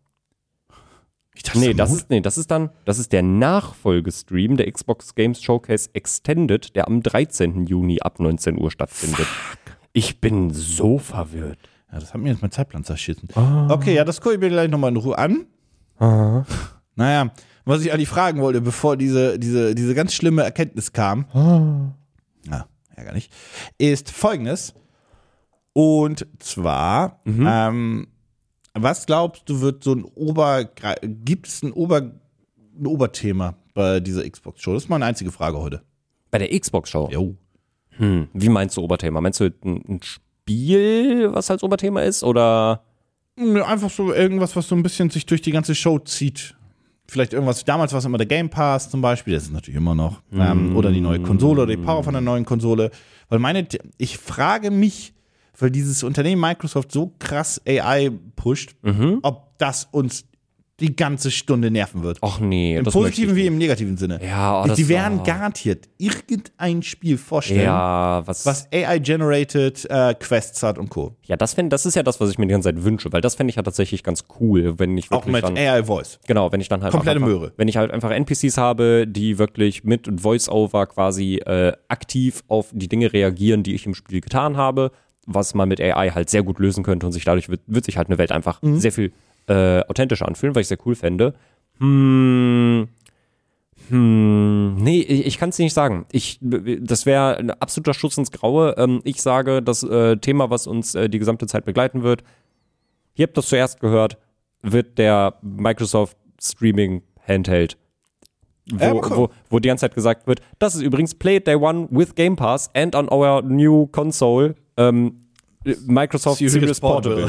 Speaker 1: Ich dachte,
Speaker 2: Nee,
Speaker 1: am
Speaker 2: das
Speaker 1: Montag-
Speaker 2: ist, nee, das ist dann, das ist der Nachfolgestream der Xbox Games Showcase Extended, der am 13. Juni ab 19 Uhr stattfindet. Ich bin so verwirrt.
Speaker 1: Ja, das hat mir jetzt mein Zeitplan zerschissen.
Speaker 2: Ah.
Speaker 1: Okay, ja, das gucke ich mir gleich nochmal in Ruhe an.
Speaker 2: Aha.
Speaker 1: Naja, was ich eigentlich fragen wollte, bevor diese, diese, diese ganz schlimme Erkenntnis kam, na, ärgerlich, ist folgendes. Und zwar, ähm, was glaubst du, wird so ein Ober, gibt es ein Ober, ein Oberthema bei dieser Xbox-Show? Das ist meine einzige Frage heute.
Speaker 2: Bei der Xbox Show.
Speaker 1: Jo.
Speaker 2: Wie meinst du Oberthema? Meinst du ein, ein Spiel, was als Oberthema ist? Oder
Speaker 1: Nö, Einfach so irgendwas, was so ein bisschen sich durch die ganze Show zieht. Vielleicht irgendwas, damals war es immer der Game Pass zum Beispiel, das ist natürlich immer noch. Ähm,
Speaker 2: Mhm.
Speaker 1: oder die neue Konsole oder die Power von der neuen Konsole. Weil meine, The- ich frage mich, weil dieses Unternehmen Microsoft so krass AI pusht,
Speaker 2: Mhm.
Speaker 1: ob das uns die ganze Stunde nerven wird.
Speaker 2: ach nee,
Speaker 1: Im
Speaker 2: das
Speaker 1: positiven
Speaker 2: möchte
Speaker 1: wie
Speaker 2: ich
Speaker 1: im negativen Sinne.
Speaker 2: Ja, oh, das
Speaker 1: Die werden
Speaker 2: war-
Speaker 1: garantiert irgendein Spiel
Speaker 2: nicht.
Speaker 1: vorstellen,
Speaker 2: ja, was,
Speaker 1: was AI-generated äh, Quests hat und Co.
Speaker 2: ja, das fänd, das ist ja das, was ich mir die ganze Zeit wünsche, weil das fände ich ja tatsächlich ganz cool, wenn ich
Speaker 1: Auch
Speaker 2: wirklich
Speaker 1: mit
Speaker 2: dann,
Speaker 1: AI-Voice.
Speaker 2: genau, wenn ich dann halt
Speaker 1: Komplette
Speaker 2: einfach,
Speaker 1: Möhre.
Speaker 2: wenn ich halt einfach NPCs habe, die wirklich mit Voice-Over quasi äh, aktiv auf die Dinge reagieren, die ich im Spiel getan habe, was man mit AI halt sehr gut lösen könnte und sich dadurch wird, wird sich halt eine Welt einfach
Speaker 1: Mhm.
Speaker 2: sehr viel äh, authentischer anfühlen, weil ich sehr cool fände. Hm. Hm, nee, ich, ich kann es nicht sagen. Ich, das wäre ein absoluter Schuss ins Graue. Ähm, ich sage, das äh, Thema, was uns äh, die gesamte Zeit begleiten wird, ihr habt das zuerst gehört, wird der Microsoft Streaming Handheld. Wo,
Speaker 1: Ja, mal gucken.
Speaker 2: wo, wo die ganze Zeit gesagt wird, das ist übrigens Play Day One with Game Pass and on our new console. Ähm, Microsoft Serious, Portable.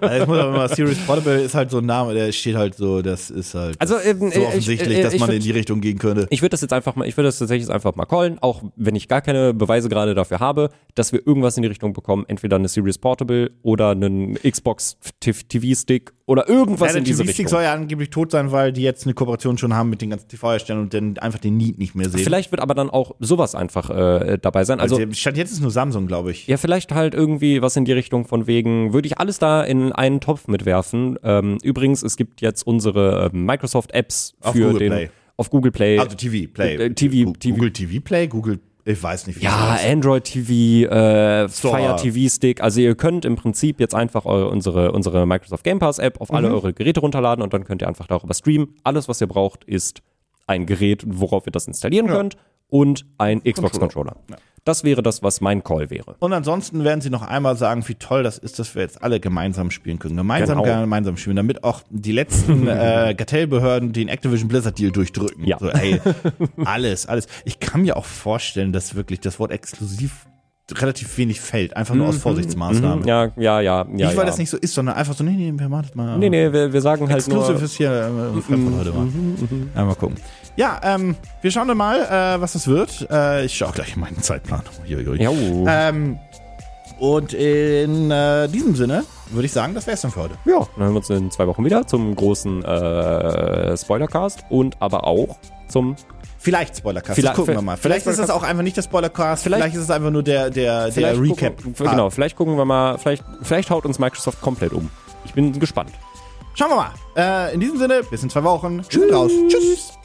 Speaker 1: also ich muss aber mal, Serious Portable ist halt so ein Name, der steht halt so, das ist halt
Speaker 2: Also, ähm,
Speaker 1: so
Speaker 2: äh, ich-
Speaker 1: offensichtlich,
Speaker 2: äh,
Speaker 1: dass
Speaker 2: ich
Speaker 1: man
Speaker 2: würd-
Speaker 1: in die Richtung gehen könnte.
Speaker 2: Ich würde das jetzt einfach mal, ich würde das tatsächlich jetzt einfach mal callen, auch wenn ich gar keine Beweise gerade dafür habe, dass wir irgendwas in die Richtung bekommen, entweder eine Series Portable oder einen Xbox TV-Stick oder irgendwas
Speaker 1: Ja,
Speaker 2: in diese
Speaker 1: der TV-Stick
Speaker 2: Richtung.
Speaker 1: soll ja angeblich tot sein, weil die jetzt eine Kooperation schon haben mit den ganzen TV-Herstellern und dann einfach den Need nicht mehr sehen.
Speaker 2: Vielleicht wird aber dann auch sowas einfach äh, dabei sein. Also
Speaker 1: Also, Stand jetzt ist nur Samsung, glaube ich.
Speaker 2: ja, vielleicht halt irgendwie was in die Richtung von wegen, würde ich alles da in einen Topf mitwerfen. Ähm, übrigens, es gibt jetzt unsere äh, Microsoft-Apps
Speaker 1: Auf
Speaker 2: für
Speaker 1: Google
Speaker 2: den
Speaker 1: Play.
Speaker 2: auf Google Play.
Speaker 1: Also TV Play.
Speaker 2: Äh, TV,
Speaker 1: Gu- Google TV Play, Google, ich weiß nicht, wie
Speaker 2: Ja,
Speaker 1: das heißt.
Speaker 2: Android TV, äh,
Speaker 1: Store.
Speaker 2: Fire TV Stick. Also ihr könnt im Prinzip jetzt einfach eure, unsere, unsere Microsoft Game Pass App auf alle
Speaker 1: Mhm.
Speaker 2: eure Geräte runterladen und dann könnt ihr einfach darüber streamen. Alles, was ihr braucht, ist ein Gerät, worauf ihr das installieren könnt und ein Xbox Controller. Das wäre das, was mein Call wäre.
Speaker 1: Und ansonsten werden sie noch einmal sagen, wie toll das ist, dass wir jetzt alle gemeinsam spielen können. Gemeinsam,
Speaker 2: Genau.
Speaker 1: gemeinsam spielen, damit auch die letzten äh, Kartellbehörden den Activision Blizzard Deal durchdrücken.
Speaker 2: Ja.
Speaker 1: So, ey, alles, alles. Ich kann mir auch vorstellen, dass wirklich das Wort exklusiv relativ wenig fällt. Einfach nur aus Vorsichtsmaßnahmen.
Speaker 2: Mhm. Hm, Ja, ja, ja, ja.
Speaker 1: nicht, weil
Speaker 2: ja.
Speaker 1: Mhm. das nicht so ist, sondern einfach so, nee, nee, wir machen das mal.
Speaker 2: Nee, nee, wir, wir sagen halt
Speaker 1: Exclusive
Speaker 2: nur. Mhm.
Speaker 1: ist hier äh, Fremdwort heute mal. Ja, mal gucken. Ja, ähm, wir schauen dann mal, äh, was das wird. Äh, ich schaue gleich in meinen Zeitplan. Ui, ui, ui.
Speaker 2: Ja, oh.
Speaker 1: Ähm, und in äh, diesem Sinne würde ich sagen, das wär's dann für heute.
Speaker 2: ja, dann hören wir uns in zwei Wochen wieder zum großen äh, Spoilercast und aber auch zum
Speaker 1: Vielleicht Spoilercast,
Speaker 2: Vielleicht-
Speaker 1: das gucken wir mal. Vielleicht,
Speaker 2: vielleicht
Speaker 1: ist es auch einfach nicht der Spoilercast, vielleicht,
Speaker 2: Vielleicht-
Speaker 1: ist es einfach nur der, der, der
Speaker 2: Vielleicht
Speaker 1: Recap. Ah.
Speaker 2: Gucken, genau, vielleicht gucken wir mal, vielleicht, vielleicht haut uns Microsoft komplett um. Ich bin gespannt.
Speaker 1: Schauen wir mal. Äh, in diesem Sinne, bis in zwei Wochen. Tschüss. Raus. Tschüss.